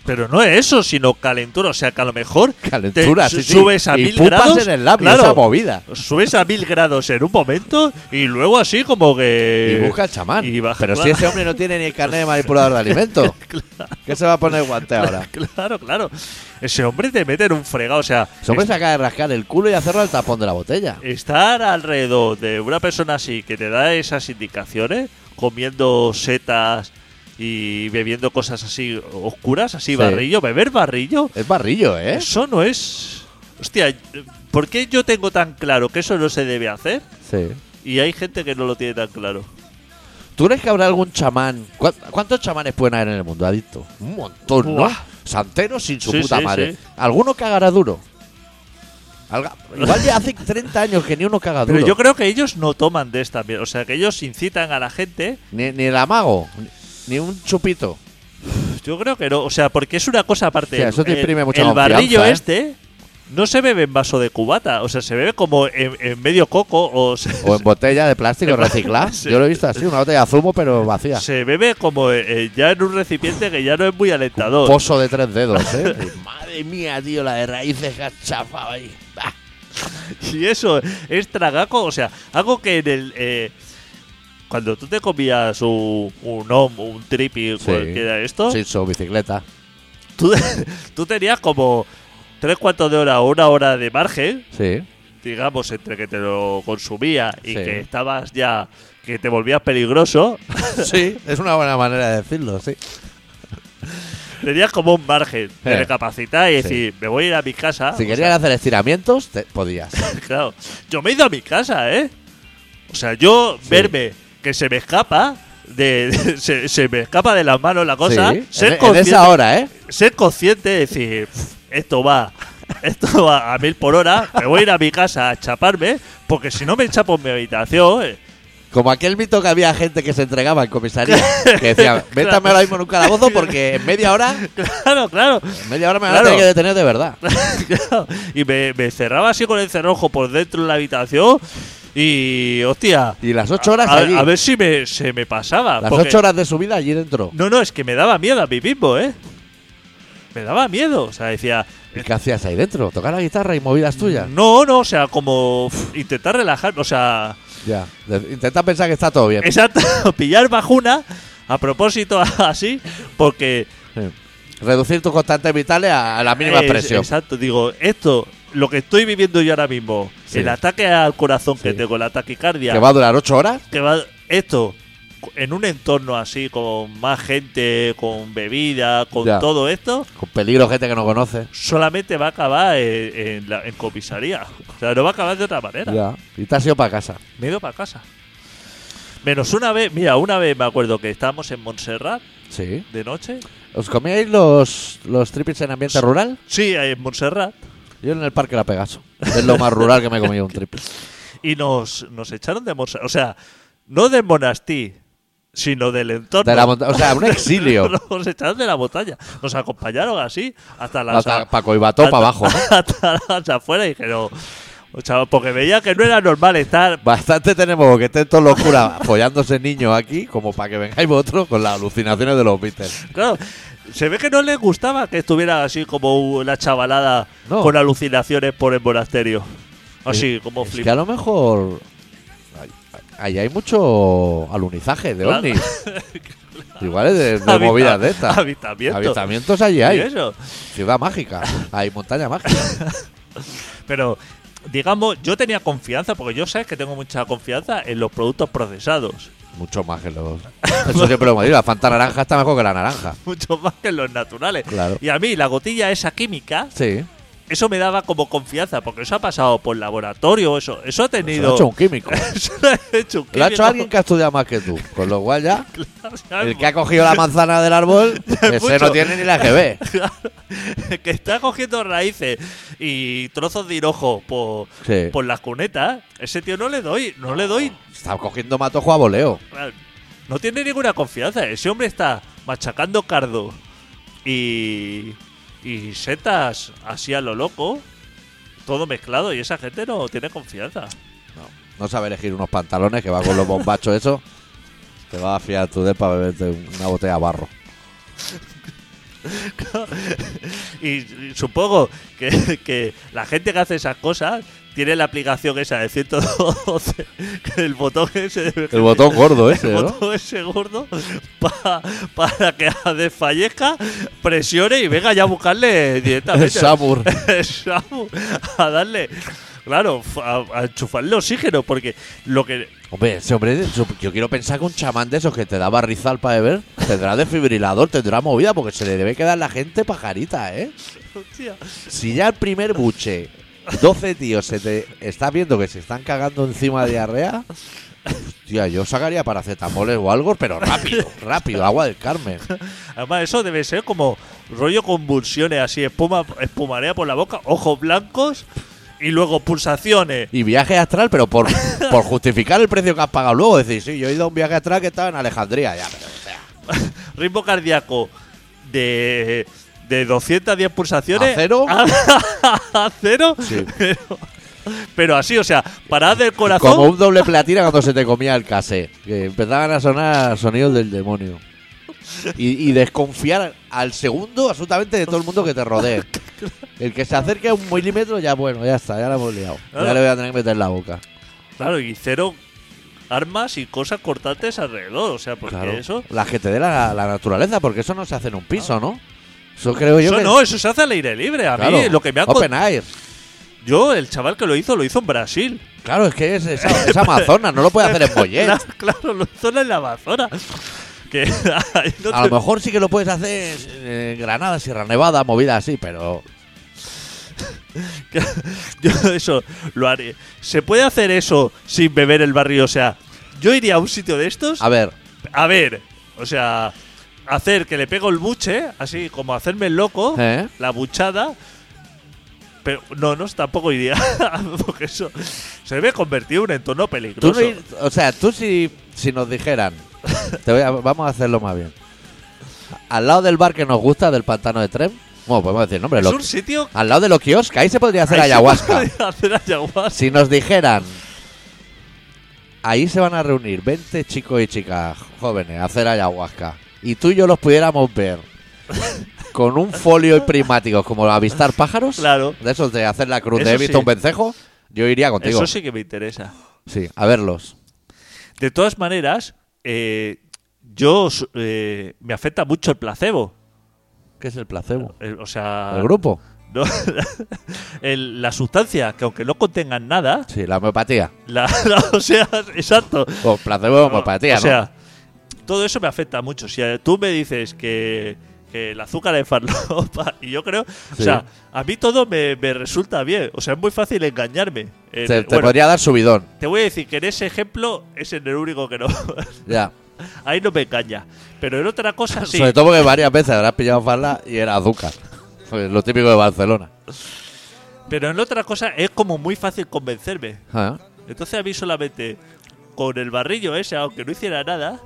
S2: Pero no es eso, sino calentura. O sea, que a lo mejor
S1: Calentura,
S2: te
S1: sí,
S2: su-
S1: sí.
S2: subes a
S1: y
S2: mil
S1: pupas
S2: grados.
S1: en el labio,
S2: claro,
S1: esa movida.
S2: subes a mil grados en un momento y luego así como que.
S1: y busca al chamán.
S2: Eh, y baja,
S1: Pero si
S2: claro.
S1: ese hombre no tiene ni el carnet de manipulador de alimentos, ¿qué se va a poner guante ahora?
S2: Claro, claro. Ese hombre te mete en un fregado. O sea,
S1: Ese hombre se acaba de rascar el culo y hacerlo al tapón de la botella.
S2: Estar alrededor de una persona así que te da esas indicaciones, comiendo setas y bebiendo cosas así oscuras, así
S1: Sí.
S2: barrillo, beber barrillo,
S1: Es barrillo, ¿eh?
S2: eso no es... Hostia, ¿por qué yo tengo tan claro que eso no se debe hacer
S1: Sí.
S2: y hay gente que no lo tiene tan claro?
S1: ¿Tú crees que habrá algún chamán? ¿Cuá- ¿Cuántos chamanes pueden haber en el mundo, adicto? Un montón, ¿no?
S2: Buah.
S1: Santeros sin su
S2: Sí,
S1: puta
S2: sí,
S1: madre.
S2: sí.
S1: ¿Alguno cagará duro? Alga- Igual ya hace 30 años que ni uno caga duro.
S2: Pero yo creo que ellos no toman de esta mierda, o sea, que ellos incitan a la gente,
S1: ni, ni el amago, ni un chupito.
S2: yo creo pues que no, o sea, porque es una cosa aparte.
S1: Hostia, eso te
S2: El-
S1: imprime mucha
S2: El
S1: confianza,
S2: barrillo
S1: ¿eh?
S2: este no se bebe en vaso de cubata, o sea, se bebe como en, en medio coco o se,
S1: O en botella de plástico reciclada.
S2: Sí.
S1: Yo lo he visto así, una botella de zumo, pero vacía.
S2: se bebe como eh, ya en un recipiente que ya no es muy alentador.
S1: Pozo de tres dedos, ¿eh? Madre mía, tío, la de raíces que has chafado ahí. Ah. Bah.
S2: Y eso es tragaco, o sea, algo que en el. eh, cuando tú te comías un, un om, un tripi,
S1: Sí.
S2: cualquiera de esto,
S1: Chicho, bicicleta.
S2: tú, tú tenías como tres cuartos de hora o una hora de margen,
S1: Sí.
S2: digamos, entre que te lo consumía y
S1: Sí.
S2: que estabas ya. que te volvías peligroso,
S1: Sí, es una buena manera de decirlo, sí.
S2: tenías como un margen de
S1: Eh.
S2: recapacitar y
S1: Sí.
S2: decir, me voy a ir a mi casa.
S1: Si
S2: o
S1: querías hacer estiramientos, te- podías.
S2: Claro, yo me he ido a mi casa, ¿eh? O sea, yo verme que se me escapa, de, se, se me escapa de las manos la cosa,
S1: Sí. En-
S2: ser,
S1: en
S2: consciente,
S1: esa hora, ¿eh?
S2: ser consciente de decir, "Pff, esto va, esto va a mil por hora, me voy a ir a mi casa a chaparme, porque si no me chapo en mi habitación, eh,
S1: Como aquel mito que había gente que se entregaba en comisaría, que decía, métame ahora mismo en un calabozo porque en media hora,
S2: claro, claro,
S1: en media hora me van a
S2: Claro.
S1: tener que detener de verdad.
S2: Claro, y me, me cerraba así con el cerrojo por dentro de la habitación y, hostia,
S1: Y las ocho horas
S2: a,
S1: allí.
S2: a ver si me, se me pasaba.
S1: las
S2: porque-
S1: ocho horas de su vida allí dentro.
S2: No, no, es que me daba miedo a mí mismo, ¿eh? Me daba miedo. O sea, decía,
S1: ¿Y qué hacías ahí dentro? ¿Tocar la guitarra y movidas tuyas?
S2: no, no, o sea, como uf, intentar relajar, o sea,
S1: Ya. De- Intenta pensar que está todo bien.
S2: exacto, pillar bajuna a propósito así, porque.
S1: Sí. Reducir tus constantes vitales a a la mínima
S2: es-
S1: expresión.
S2: Exacto, digo, esto, lo que estoy viviendo yo ahora mismo,
S1: Sí.
S2: el ataque al corazón que
S1: Sí.
S2: tengo, la taquicardia,
S1: ¿Que va a durar ocho horas?
S2: que va- esto en un entorno así con más gente, con bebida, con
S1: Ya.
S2: todo esto,
S1: Con peligro, gente que no conoce.
S2: solamente va a acabar en, en la- en comisaría. O sea, no va a acabar de otra manera.
S1: Ya. Y te has ido para casa.
S2: Me he ido para casa. Menos una vez, mira, una vez me acuerdo que estábamos en Montserrat
S1: Sí.
S2: de noche.
S1: ¿Os comíais los, los triples en ambiente rural?
S2: Sí, en Montserrat.
S1: Yo en el parque La Pegaso. Es lo más rural que me he comido un triple.
S2: Y nos, nos echaron de Montserrat. O sea, no de Monastí, sino del entorno.
S1: De la monta- o sea, un exilio.
S2: nos echaron de la montaña. Nos acompañaron así hasta las.
S1: Hasta pa' Coibató,
S2: hasta-
S1: pa' abajo, ¿no?
S2: Hasta las afueras y dijeron. O sea, porque veía que no era normal estar
S1: Bastante tenemos que estén todos los curas follándose niños aquí, como para que vengáis vosotros con las alucinaciones de los Beatles.
S2: Claro, se ve que no les gustaba que estuviera así como la chavalada
S1: No.
S2: con alucinaciones por el monasterio. Así como
S1: Es que a
S2: flipando.
S1: lo mejor. ay- Ahí hay mucho alunizaje de
S2: Claro.
S1: ovnis. Igual es de, de movidas de estas.
S2: Avistamiento.
S1: Avistamientos allí hay.
S2: eso.
S1: Ciudad mágica. Hay montaña mágica.
S2: Pero, digamos, yo tenía confianza, porque yo sé que tengo mucha confianza en los productos procesados.
S1: Mucho más que los. Eso siempre lo hemos dicho. La Fanta Naranja está mejor que la naranja.
S2: Mucho más que en los naturales.
S1: Claro.
S2: Y a mí, la gotilla esa química,
S1: Sí.
S2: eso me daba como confianza, porque eso ha pasado por laboratorio, eso, eso ha
S1: Se lo
S2: tenido.
S1: ha hecho un químico.
S2: Eso lo ha hecho un
S1: Lo ha hecho
S2: químico.
S1: alguien que ha estudiado más que tú. Con lo cual ya.
S2: O sea,
S1: El que ha cogido la manzana del árbol, ese
S2: mucho.
S1: no tiene ni la que ve.
S2: que está cogiendo raíces y trozos de hinojo por,
S1: Sí.
S2: por las cunetas, ese tío no le doy, no le doy.
S1: Está cogiendo matojo a voleo.
S2: No tiene ninguna confianza. Ese hombre está machacando cardo y, y setas así a lo loco, todo mezclado, y esa gente no tiene confianza.
S1: No, no sabe elegir unos pantalones que va con los bombachos eso. Te va a fiar tú de para beberte una botella de barro.
S2: Y, y supongo que, que la gente que hace esas cosas tiene la aplicación esa de 112, que el botón ese de
S1: El botón gordo ese,
S2: el
S1: ¿no?
S2: botón ese gordo pa- para que desfallezca, presione y venga ya a buscarle directamente.
S1: El Samur.
S2: El Samu, A darle. Claro, a, a enchufarle oxígeno, porque lo que.
S1: Hombre, ese hombre, su- yo quiero pensar que un chamán de esos que te daba rizal para beber tendrá desfibrilador, tendrá movida, porque se le debe quedar la gente pajarita, ¿eh?
S2: Hostia,
S1: Si ya el primer buche, 12 tíos se te está viendo que se están cagando encima de diarrea, hostia, yo sacaría paracetamoles o algo, pero rápido, rápido, agua del Carmen.
S2: Además, eso debe ser como rollo convulsiones, así, espuma, espumarea por la boca, ojos blancos y luego pulsaciones.
S1: Y viaje astral, pero por, por justificar el precio que has pagado luego, decir, sí, yo he ido a un viaje astral que estaba en Alejandría, ya, pero, o sea,
S2: ritmo cardíaco de, de 210 pulsaciones
S1: ¿A cero?
S2: a, a cero
S1: Sí.
S2: pero, pero así o sea parada del corazón
S1: Como un doble platina cuando se te comía el cassette. Que empezaban a sonar sonidos del demonio. Y, y desconfiar al segundo absolutamente de todo el mundo que te rodee. El que se acerque a un milímetro, ya bueno, ya está, ya la hemos liado. Ya
S2: Claro.
S1: le voy a tener que meter la boca.
S2: claro y cero armas y cosas cortantes alrededor o sea porque
S1: Claro.
S2: eso
S1: Las que te dé la, la naturaleza, porque eso no se hace en un piso, ¿no? Eso creo yo
S2: eso
S1: que.
S2: no eso se hace al aire libre a
S1: Claro.
S2: mí lo que me ha
S1: Open air.
S2: yo el chaval que lo hizo lo hizo en Brasil
S1: Claro, es que es, es, es Amazonas, no lo puede hacer en Mollet.
S2: Claro, claro, lo hizo en la Amazonas. Que ahí no
S1: A
S2: te-
S1: lo mejor sí que lo puedes hacer en Granada, Sierra Nevada, movida así, pero
S2: que- yo eso lo haré. ¿Se puede hacer eso sin beber el barrio? O sea, yo iría a un sitio de estos.
S1: a ver,
S2: A ver, o sea, hacer que le pego el buche, así como hacerme el loco,
S1: ¿Eh?
S2: la buchada. Pero no, no, tampoco iría. Porque eso se debe convertir en un entorno
S1: tú
S2: peligroso.
S1: no ir- o sea, tú si, si nos dijeran, te voy a- vamos a hacerlo más bien. Al lado del bar que nos gusta, del pantano de Trem, bueno, podemos decir nombre,
S2: es
S1: lo-
S2: un sitio
S1: al lado de los kioscos, ahí se podría hacer
S2: Ahí se
S1: ayahuasca.
S2: puede hacer ayahuasca.
S1: Si nos dijeran, ahí se van a reunir 20 chicos y chicas jóvenes a hacer ayahuasca, y tú y yo los pudiéramos ver con un folio y prismáticos como avistar pájaros,
S2: Claro.
S1: de esos de hacer la cruz
S2: Eso
S1: de he visto
S2: sí.
S1: un vencejo, yo iría contigo.
S2: Eso sí que me interesa.
S1: sí, a verlos.
S2: De todas maneras, eh, yo s- eh, me afecta mucho el placebo.
S1: ¿Qué es el placebo?
S2: Eh, o sea,
S1: ¿El grupo?
S2: no, el- la sustancia, que aunque no contengan nada,
S1: Sí, la homeopatía.
S2: la, la- o sea, exacto.
S1: O placebo homeopatía,
S2: o
S1: ¿no?
S2: sea, todo eso me afecta mucho. Si eh, tú me dices que, que el azúcar es farlopa, y yo creo,
S1: Sí.
S2: o sea, a mí todo me, me resulta bien. O sea, es muy fácil engañarme.
S1: te,
S2: En-
S1: te
S2: eh, bueno,
S1: podría dar subidón.
S2: te voy a decir que en ese ejemplo es en el único que no.
S1: Ya.
S2: Ahí no me engaña. Pero en otra cosa sí.
S1: Sobre todo porque varias veces habrás pillado farla y era azúcar. Pues lo típico de Barcelona.
S2: Pero en otra cosa es como muy fácil convencerme.
S1: Ah.
S2: Entonces a mí solamente con el barrillo ese, aunque no hiciera nada,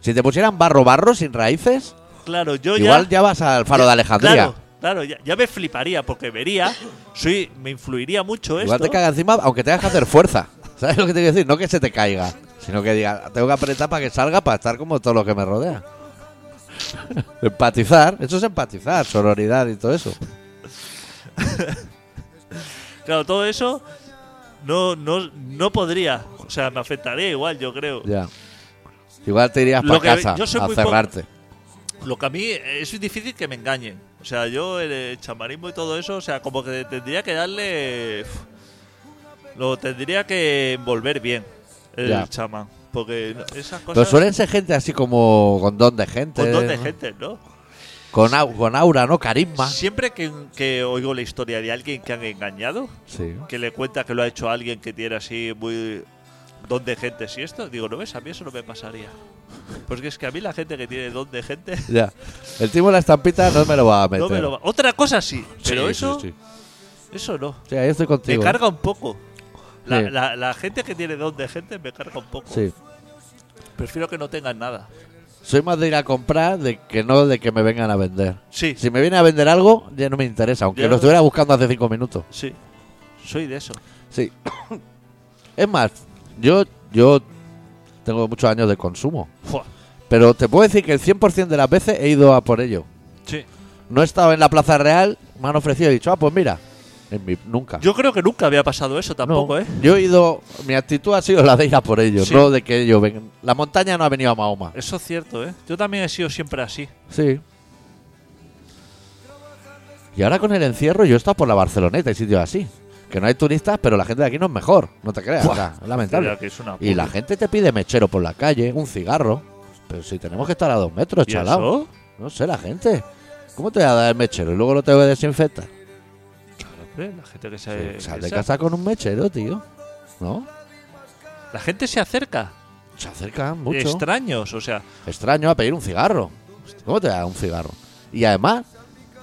S1: Si te pusieran barro barro sin raíces,
S2: claro, yo
S1: igual
S2: ya...
S1: ya vas al faro de Alejandría.
S2: Claro, claro, ya, ya me fliparía porque vería, soy, me influiría mucho
S1: Igual te
S2: esto.
S1: caga encima, aunque tengas que hacer fuerza. ¿Sabes lo que te quiero decir? No que se te caiga, sino que diga, tengo que apretar para que salga para estar como todo lo que me rodea. empatizar, eso es empatizar, sororidad y todo eso.
S2: Claro, todo eso no, no, no podría. O sea, me afectaría igual, yo creo.
S1: Ya. Igual te irías
S2: Lo
S1: para
S2: que-
S1: casa
S2: yo soy
S1: a
S2: muy po-
S1: cerrarte.
S2: Lo que a mí es difícil que me engañen. O sea, yo el eh, chamarismo y todo eso, o sea, como que tendría que darle. uf, Lo tendría que envolver bien el
S1: Ya.
S2: chamán. Porque no- esas
S1: Pero
S2: cosas.
S1: suelen ser gente así como con don de gente.
S2: con dos de
S1: ¿no?
S2: gente, ¿no?
S1: Con, au- con aura, ¿no? Carisma.
S2: Siempre que, que oigo la historia de alguien que han engañado,
S1: Sí.
S2: que le cuenta que lo ha hecho alguien que tiene así muy. don de gente, si esto, digo, ¿no ves? A mí eso no me pasaría. Porque es que a mí la gente que tiene don de gente.
S1: Ya. El timo de la estampita no me lo va a meter.
S2: No me lo va- Otra cosa sí,
S1: Sí,
S2: pero
S1: sí,
S2: eso.
S1: sí.
S2: Eso no.
S1: Sí, ahí estoy
S2: Me
S1: contigo. ¿eh?
S2: carga un poco. La,
S1: Sí.
S2: la- la gente que tiene don de gente me carga un poco.
S1: Sí.
S2: Prefiero que no tengan nada.
S1: Soy más de ir a comprar de que no de que me vengan a vender.
S2: Sí, sí.
S1: Si me viene a vender algo, ya no me interesa, aunque
S2: Ya.
S1: lo estuviera buscando hace cinco minutos.
S2: Soy de eso.
S1: Sí. es más, yo, yo tengo muchos años de consumo.
S2: Fua.
S1: Pero te puedo decir que el 100% de las veces he ido a por ello.
S2: Sí.
S1: No he estado en la Plaza Real, me han ofrecido y he dicho, ah, pues mira. En mi, nunca.
S2: Yo creo que nunca había pasado eso
S1: Ah. No,
S2: tampoco, ¿eh?
S1: Yo he ido, mi actitud ha sido la de ir a por ellos,
S2: Sí.
S1: no de que ellos vengan. La montaña no ha venido a Mahoma.
S2: Eso es cierto, ¿eh? Yo también he sido siempre así.
S1: Sí. Y ahora con el encierro yo he estado por la Barceloneta y sitios así. Que no hay turistas, pero la gente de aquí no es mejor. No te creas. o sea, es lamentable.
S2: Mira que es una
S1: Y la gente te pide mechero por la calle, un cigarro. Pero si tenemos que estar a dos metros,
S2: ¿Y
S1: chalao.
S2: eso?
S1: No sé, la gente. ¿Cómo te voy a dar el mechero y luego lo tengo que desinfectar?
S2: Claro, hombre, la gente que
S1: Sí,
S2: se.
S1: sal
S2: que
S1: de
S2: se-
S1: casa con un mechero, tío. ¿No?
S2: La gente se acerca.
S1: Se acercan mucho.
S2: Extraños, o sea.
S1: extraño a pedir un cigarro. ¿Cómo te da un cigarro? Y además,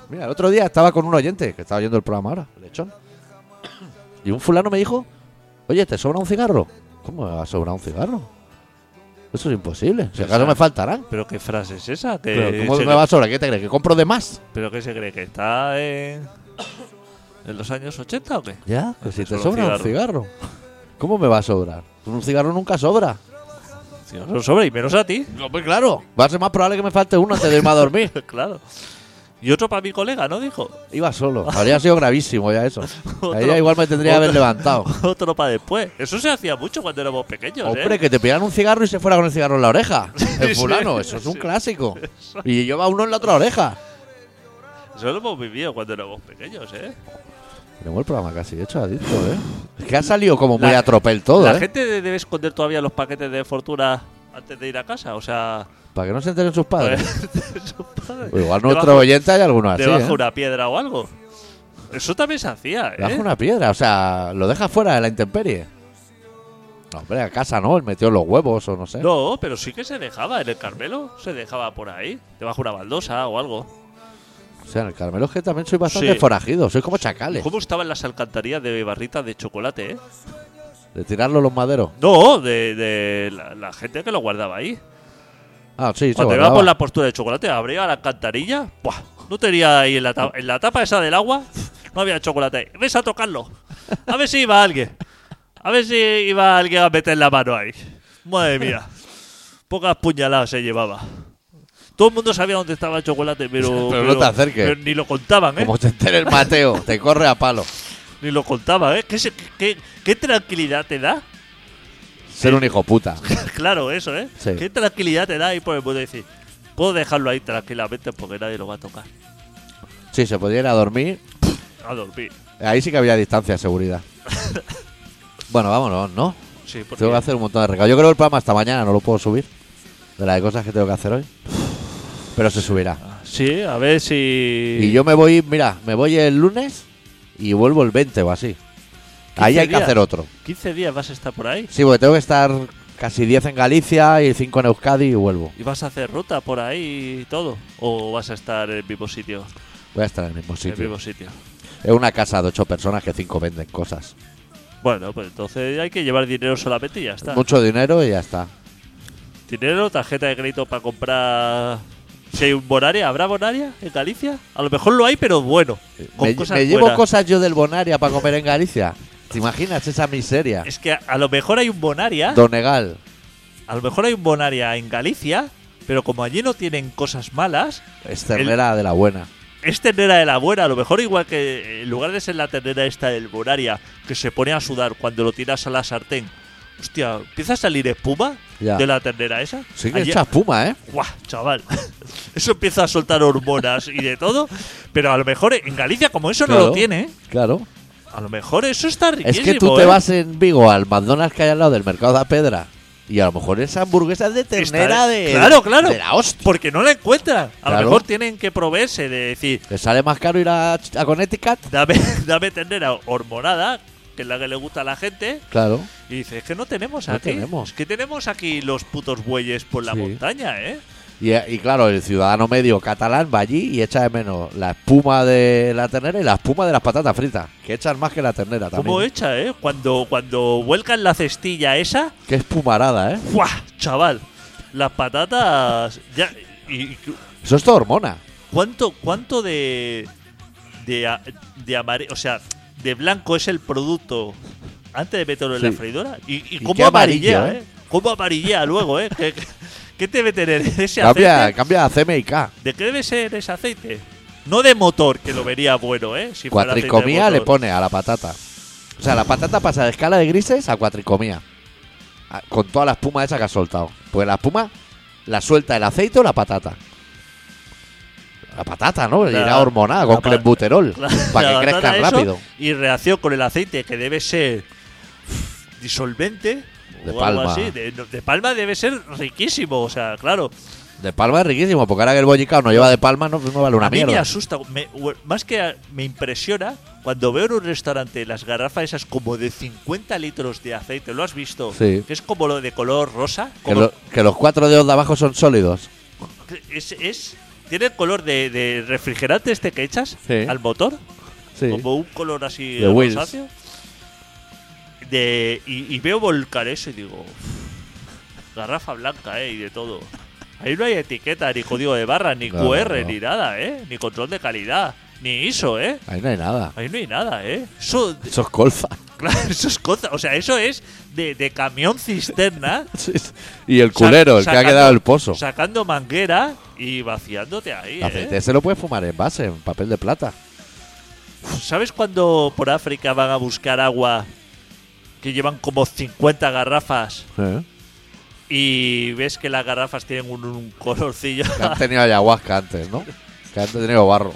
S1: mira, el otro día estaba con un oyente que estaba oyendo el programa ahora, lechón. Y un fulano me dijo, oye, ¿te sobra un cigarro? ¿Cómo me va a sobrar un cigarro? Eso es imposible. Si acaso me faltarán.
S2: ¿Pero qué frase es esa? ¿Que
S1: Pero ¿Cómo
S2: se
S1: me va sobre? ¿Qué te crees? ¿Que compro de más?
S2: ¿Pero qué se cree? ¿Que está en, en los años 80 o qué?
S1: Ya, que si te
S2: Solo
S1: sobra Pues un cigarro. ¿Cómo me va a sobrar? Un cigarro nunca sobra.
S2: Si no sobre, y menos a ti.
S1: Pues claro. Va a ser más probable que me falte uno antes de irme a dormir.
S2: claro. Y otro para mi colega, ¿no? Dijo.
S1: Iba solo. Habría sido gravísimo ya eso. Ahí
S2: Otro-
S1: ya igual me tendría que haber
S2: otro-
S1: levantado.
S2: Otro para después. Eso se hacía mucho cuando éramos pequeños,
S1: Hombre,
S2: ¿eh?
S1: que te pillaran un cigarro y se fuera con el cigarro en la oreja. El
S2: Sí,
S1: fulano,
S2: sí.
S1: eso es un
S2: Sí.
S1: clásico. Y lleva uno en la otra oreja.
S2: Eso lo hemos vivido cuando éramos pequeños, ¿eh?
S1: Tenemos el programa casi hecho, ha dicho, ¿eh? Es que ha salido como muy
S2: La-
S1: a tropel todo,
S2: La
S1: ¿eh?
S2: gente de- debe esconder todavía los paquetes de fortuna antes de ir a casa, o sea...
S1: Para que no se enteren sus padres.
S2: sus padres.
S1: O igual
S2: Debajo-
S1: nuestro oyente hay alguno así,
S2: debajo
S1: ¿eh?
S2: una piedra o algo. Eso también se hacía,
S1: Debajo
S2: ¿eh?
S1: una piedra, o sea, lo deja fuera de la intemperie. No, hombre, a casa no, él metió los huevos o no sé.
S2: No, pero sí que se dejaba en el Carmelo, se dejaba por ahí, debajo una baldosa o algo.
S1: O sea, en el Carmelo es que también soy bastante
S2: Sí.
S1: forajido, soy como chacales.
S2: ¿Cómo estaban las alcantarillas de barritas de chocolate, eh?
S1: De tirarlo los maderos.
S2: No, de, de la, la gente que lo guardaba ahí.
S1: Ah, sí, se
S2: Cuando iba
S1: guardaba.
S2: por la postura de chocolate, abría la alcantarilla, ¡buah! No tenía ahí en la, ta- en la tapa esa del agua, no había chocolate ahí. Ves a tocarlo. A ver si iba alguien. A ver si iba alguien a meter la mano ahí. Madre mía. Pocas puñaladas se llevaba. Todo el mundo sabía dónde estaba el chocolate, pero.
S1: Pero no te acerques.
S2: pero ni lo contaban, ¿eh?
S1: Como se entere el Mateo, te corre a palo.
S2: Ni lo contaban, ¿eh? ¿Qué, se- qué- qué tranquilidad te da?
S1: Ser un hijo puta.
S2: claro, eso, ¿eh?
S1: Sí.
S2: ¿Qué tranquilidad te da? Y por el mundo decir, puedo dejarlo ahí tranquilamente porque nadie lo va a tocar.
S1: Sí, se podía ir a dormir.
S2: A dormir.
S1: Ahí sí que había distancia de seguridad. bueno, vámonos, ¿no?
S2: Sí, porque
S1: Tengo que hacer un montón de recados. Yo creo que el programa hasta mañana no lo puedo subir. De las cosas que tengo que hacer hoy. Pero se subirá.
S2: Sí, a ver si.
S1: Y yo me voy, mira, me voy el lunes y vuelvo el 20 o así. Ahí
S2: 15
S1: hay que
S2: días.
S1: hacer otro.
S2: 15 días vas a estar por ahí.
S1: Sí, porque tengo que estar casi 10 en Galicia y 5 en Euskadi y vuelvo.
S2: ¿Y vas a hacer ruta por ahí y todo? ¿O vas a estar en el mismo sitio?
S1: Voy a estar en el mismo
S2: En el
S1: sitio.
S2: mismo sitio.
S1: Es una casa de 8 personas que 5 venden cosas.
S2: Bueno, pues entonces hay que llevar dinero solamente y ya está.
S1: Mucho dinero y ya está.
S2: Dinero, tarjeta de crédito para comprar. Si hay un bonaria, ¿habrá bonaria en Galicia? A lo mejor lo hay, pero bueno. con
S1: Eh, Me,
S2: cosas
S1: me llevo
S2: buenas.
S1: cosas yo del Bonaria para comer en Galicia. ¿Te imaginas esa miseria?
S2: Es que a, a lo mejor hay un bonaria.
S1: Donegal.
S2: A lo mejor hay un bonaria en Galicia. Pero como allí no tienen cosas malas,
S1: Es ternera de la buena.
S2: es ternera de la buena, a lo mejor igual que eh, en lugar de ser la ternera esta del Boraria, que se pone a sudar cuando lo tiras a la sartén. Hostia, empieza a salir espuma
S1: Ya.
S2: de la ternera esa.
S1: Sí que
S2: Allí-
S1: echa espuma, ¿eh?
S2: ¡Guau, chaval! Eso empieza a soltar hormonas y de todo. Pero a lo mejor en Galicia, como eso no
S1: Claro.
S2: lo tiene, ¿eh?
S1: Claro.
S2: a lo mejor eso está
S1: Es
S2: riquísimo.
S1: que tú te
S2: ¿eh?
S1: vas en Vigo al McDonald's que hay al lado del mercado de la pedra. Y a lo mejor esa hamburguesa es de
S2: Está-
S1: ternera de,
S2: Claro, claro.
S1: de la hostia.
S2: Porque no la encuentran. A
S1: Claro.
S2: lo mejor tienen que proveerse de decir,
S1: ¿Te sale más caro ir a, a Connecticut?
S2: dame, dame ternera hormonada, que es la que le gusta a la gente.
S1: Claro.
S2: Y dice, es que no tenemos
S1: No
S2: aquí.
S1: tenemos.
S2: Es que tenemos aquí los putos bueyes por la
S1: Sí.
S2: montaña, ¿eh?
S1: Y, y claro, el ciudadano medio catalán va allí y echa de menos la espuma de la ternera y la espuma de las patatas fritas. Que echan más que la ternera también.
S2: ¿Cómo echa, eh? Cuando, cuando vuelcan la cestilla esa,
S1: Qué espumarada, ¿eh?
S2: ¡guau! Chaval, las patatas. Ya, y, y
S1: Eso es todo hormona.
S2: ¿Cuánto, cuánto de. de, a- de amarillo. O sea, de blanco es el producto antes de meterlo en
S1: Sí.
S2: la freidora? ¿Y, y
S1: qué
S2: cómo amarilla,
S1: amarillo,
S2: eh? ¿Cómo amarilla luego, eh? ¿Qué, qué, qué debe tener ese
S1: Cambia,
S2: aceite?
S1: cambia a CMIK.
S2: ¿De qué debe ser ese aceite? No de motor, que lo vería bueno, ¿eh? Si fuera aceite de
S1: Cuatricomía le
S2: motor.
S1: pone a la patata. O sea, la patata pasa de escala de grises a cuatricomía. A- Con toda la espuma esa que ha soltado. Pues la espuma la suelta el aceite o la patata. La patata, ¿no?
S2: La-
S1: Irá hormonada
S2: la
S1: con
S2: pa-
S1: clenbuterol.
S2: La-
S1: Para
S2: la
S1: que crezcan
S2: batata, eso,
S1: rápido.
S2: Y reacción con el aceite, que debe ser disolvente.
S1: De
S2: o
S1: palma.
S2: Algo así. De, de palma debe ser riquísimo, o sea, claro.
S1: De palma es riquísimo, porque ahora que el bollicao no lleva de palma, no, no vale una
S2: a mí me
S1: mierda.
S2: asusta, me- u- más que a- me impresiona cuando veo en un restaurante las garrafas esas como de 50 litros de aceite, ¿lo has visto?
S1: Sí.
S2: Que es como lo de color rosa.
S1: Que,
S2: como-
S1: lo- que los cuatro dedos de abajo son sólidos.
S2: es, es- tiene el color de, de refrigerante este que echas
S1: Sí.
S2: al motor,
S1: Sí.
S2: como un color así
S1: De Wills.
S2: rosáceo. De- y, y veo volcar eso y digo, Garrafa blanca, ¿eh? Y de todo. Ahí no hay etiqueta, ni código de barra, ni
S1: No,
S2: QR,
S1: no.
S2: ni nada, ¿eh? Ni control de calidad, ni ISO, ¿eh?
S1: Ahí no hay nada.
S2: Ahí no hay nada, ¿eh? Eso,
S1: Eso es colfa.
S2: claro, eso es cosa. O sea, eso es de, de camión cisterna.
S1: Y el
S2: sac-
S1: culero, el que ha
S2: sacando-
S1: quedado el pozo.
S2: Sacando manguera y vaciándote ahí, ¿eh?
S1: Aceite se lo puedes fumar en base, en papel de plata.
S2: ¿Sabes cuando por África van a buscar agua que llevan como 50 garrafas
S1: ¿Eh?
S2: y ves que las garrafas tienen un, un colorcillo
S1: Que han tenido ayahuasca antes, ¿no? Que han tenido barro.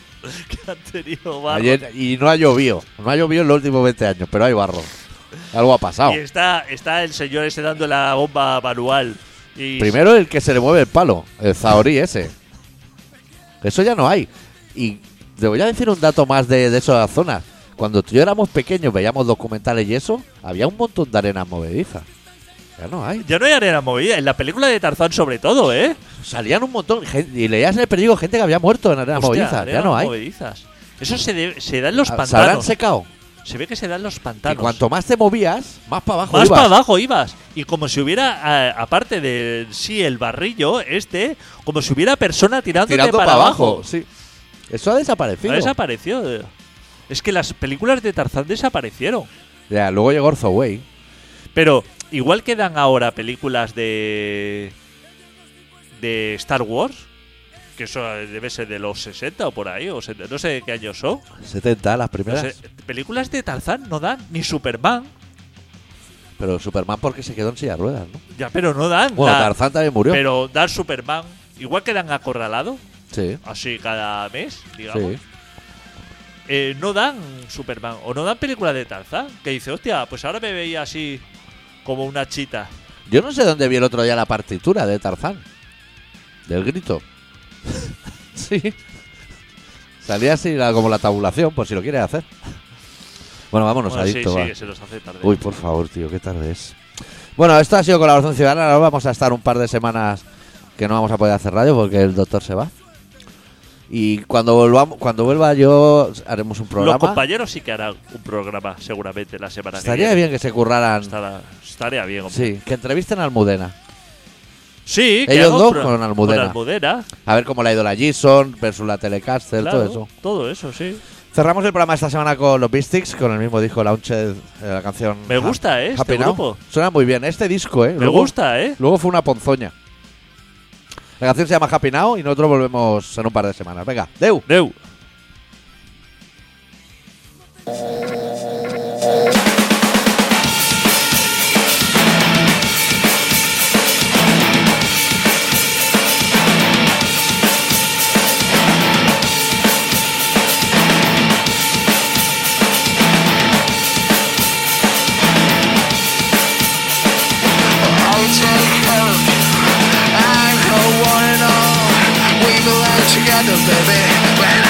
S2: que han tenido barro?
S1: Ayer- y no ha llovido. No ha llovido en los últimos 20 años, pero hay barro. Algo ha pasado.
S2: Y está, está el señor ese dando la bomba manual. Y
S1: Primero el que se le mueve el palo, el zahorí ese. Eso ya no hay. Y te voy a decir un dato más de, de esas zonas. Cuando tú y yo éramos pequeños, veíamos documentales y eso, había un montón de arenas movedizas. Ya no hay.
S2: Ya no hay arena movida, en la película de Tarzán sobre todo, ¿eh?
S1: Salían un montón gen- y leías en el periódico gente que había muerto en arenas
S2: Hostia,
S1: movedizas. Ya
S2: arenas
S1: no hay.
S2: movedizas. Eso se, de- se da en los
S1: Ah, Se habrán
S2: pantanos.
S1: secado.
S2: Se ve que se da en los
S1: Y
S2: pantanos.
S1: cuanto más te movías, más para abajo
S2: Más
S1: ibas.
S2: para abajo ibas. Y como si hubiera, a- aparte de sí, el barrillo este, como si hubiera persona tirándote
S1: Tirando
S2: para, abajo.
S1: sí. Eso ha desaparecido.
S2: No desapareció. Es que las películas de Tarzán desaparecieron.
S1: Ya, luego llegó Orzoway.
S2: Pero igual que dan ahora películas de. de Star Wars, que eso debe ser de los 60 o por ahí, o 70, no sé de qué año son.
S1: 70, las
S2: No
S1: primeras.
S2: sé, películas de Tarzán no dan, ni Superman,
S1: Pero Superman porque se quedó en silla de ruedas, ¿no?
S2: ya, pero no dan.
S1: Bueno,
S2: la-
S1: Tarzán también murió.
S2: Pero dar Superman, igual que dan acorralado,
S1: sí,
S2: así cada mes, digamos.
S1: sí.
S2: eh, no dan Superman o no dan películas de Tarzán. Que dice, hostia, pues ahora me veía así como una chita.
S1: Yo no sé dónde vi el otro día la partitura de Tarzán. Del grito. sí. Salía así la- como la tabulación, por si lo quieres hacer. Bueno, vámonos,
S2: Bueno, sí,
S1: adicto.
S2: sí,
S1: va.
S2: que se los hace tarde.
S1: Uy, por favor, tío, qué tarde es. Bueno, esto ha sido Colaboración Ciudadana. Ahora vamos a estar un par de semanas que no vamos a poder hacer radio porque el doctor se va. Y cuando volvamos, cuando vuelva yo haremos un
S2: Los
S1: programa.
S2: compañeros sí que harán un programa seguramente la semana
S1: Estaría
S2: que
S1: bien
S2: viene.
S1: que se curraran.
S2: Estará- estaría bien. hombre.
S1: Sí, que entrevisten a Almudena.
S2: Sí, que
S1: Ellos
S2: haga un
S1: dos
S2: pro-
S1: con Almudena.
S2: Con Almudena,
S1: A ver cómo le ha ido la Gison versus la Telecaster,
S2: claro,
S1: todo eso.
S2: Todo eso, sí.
S1: Cerramos el programa esta semana con los Beastics, con el mismo disco Launched, eh, la canción.
S2: Me
S1: Ha-
S2: gusta, eh, este
S1: Happy Now.
S2: grupo.
S1: Suena muy bien. Este disco, ¿eh?
S2: Me
S1: Luego-
S2: gusta, ¿eh?
S1: Luego fue una ponzoña. La canción se llama Happy Now y nosotros volvemos en un par de semanas. Venga, Deu.
S2: Deu.
S4: I'm Jack Coke. I'm her one and all. We belong together, baby. When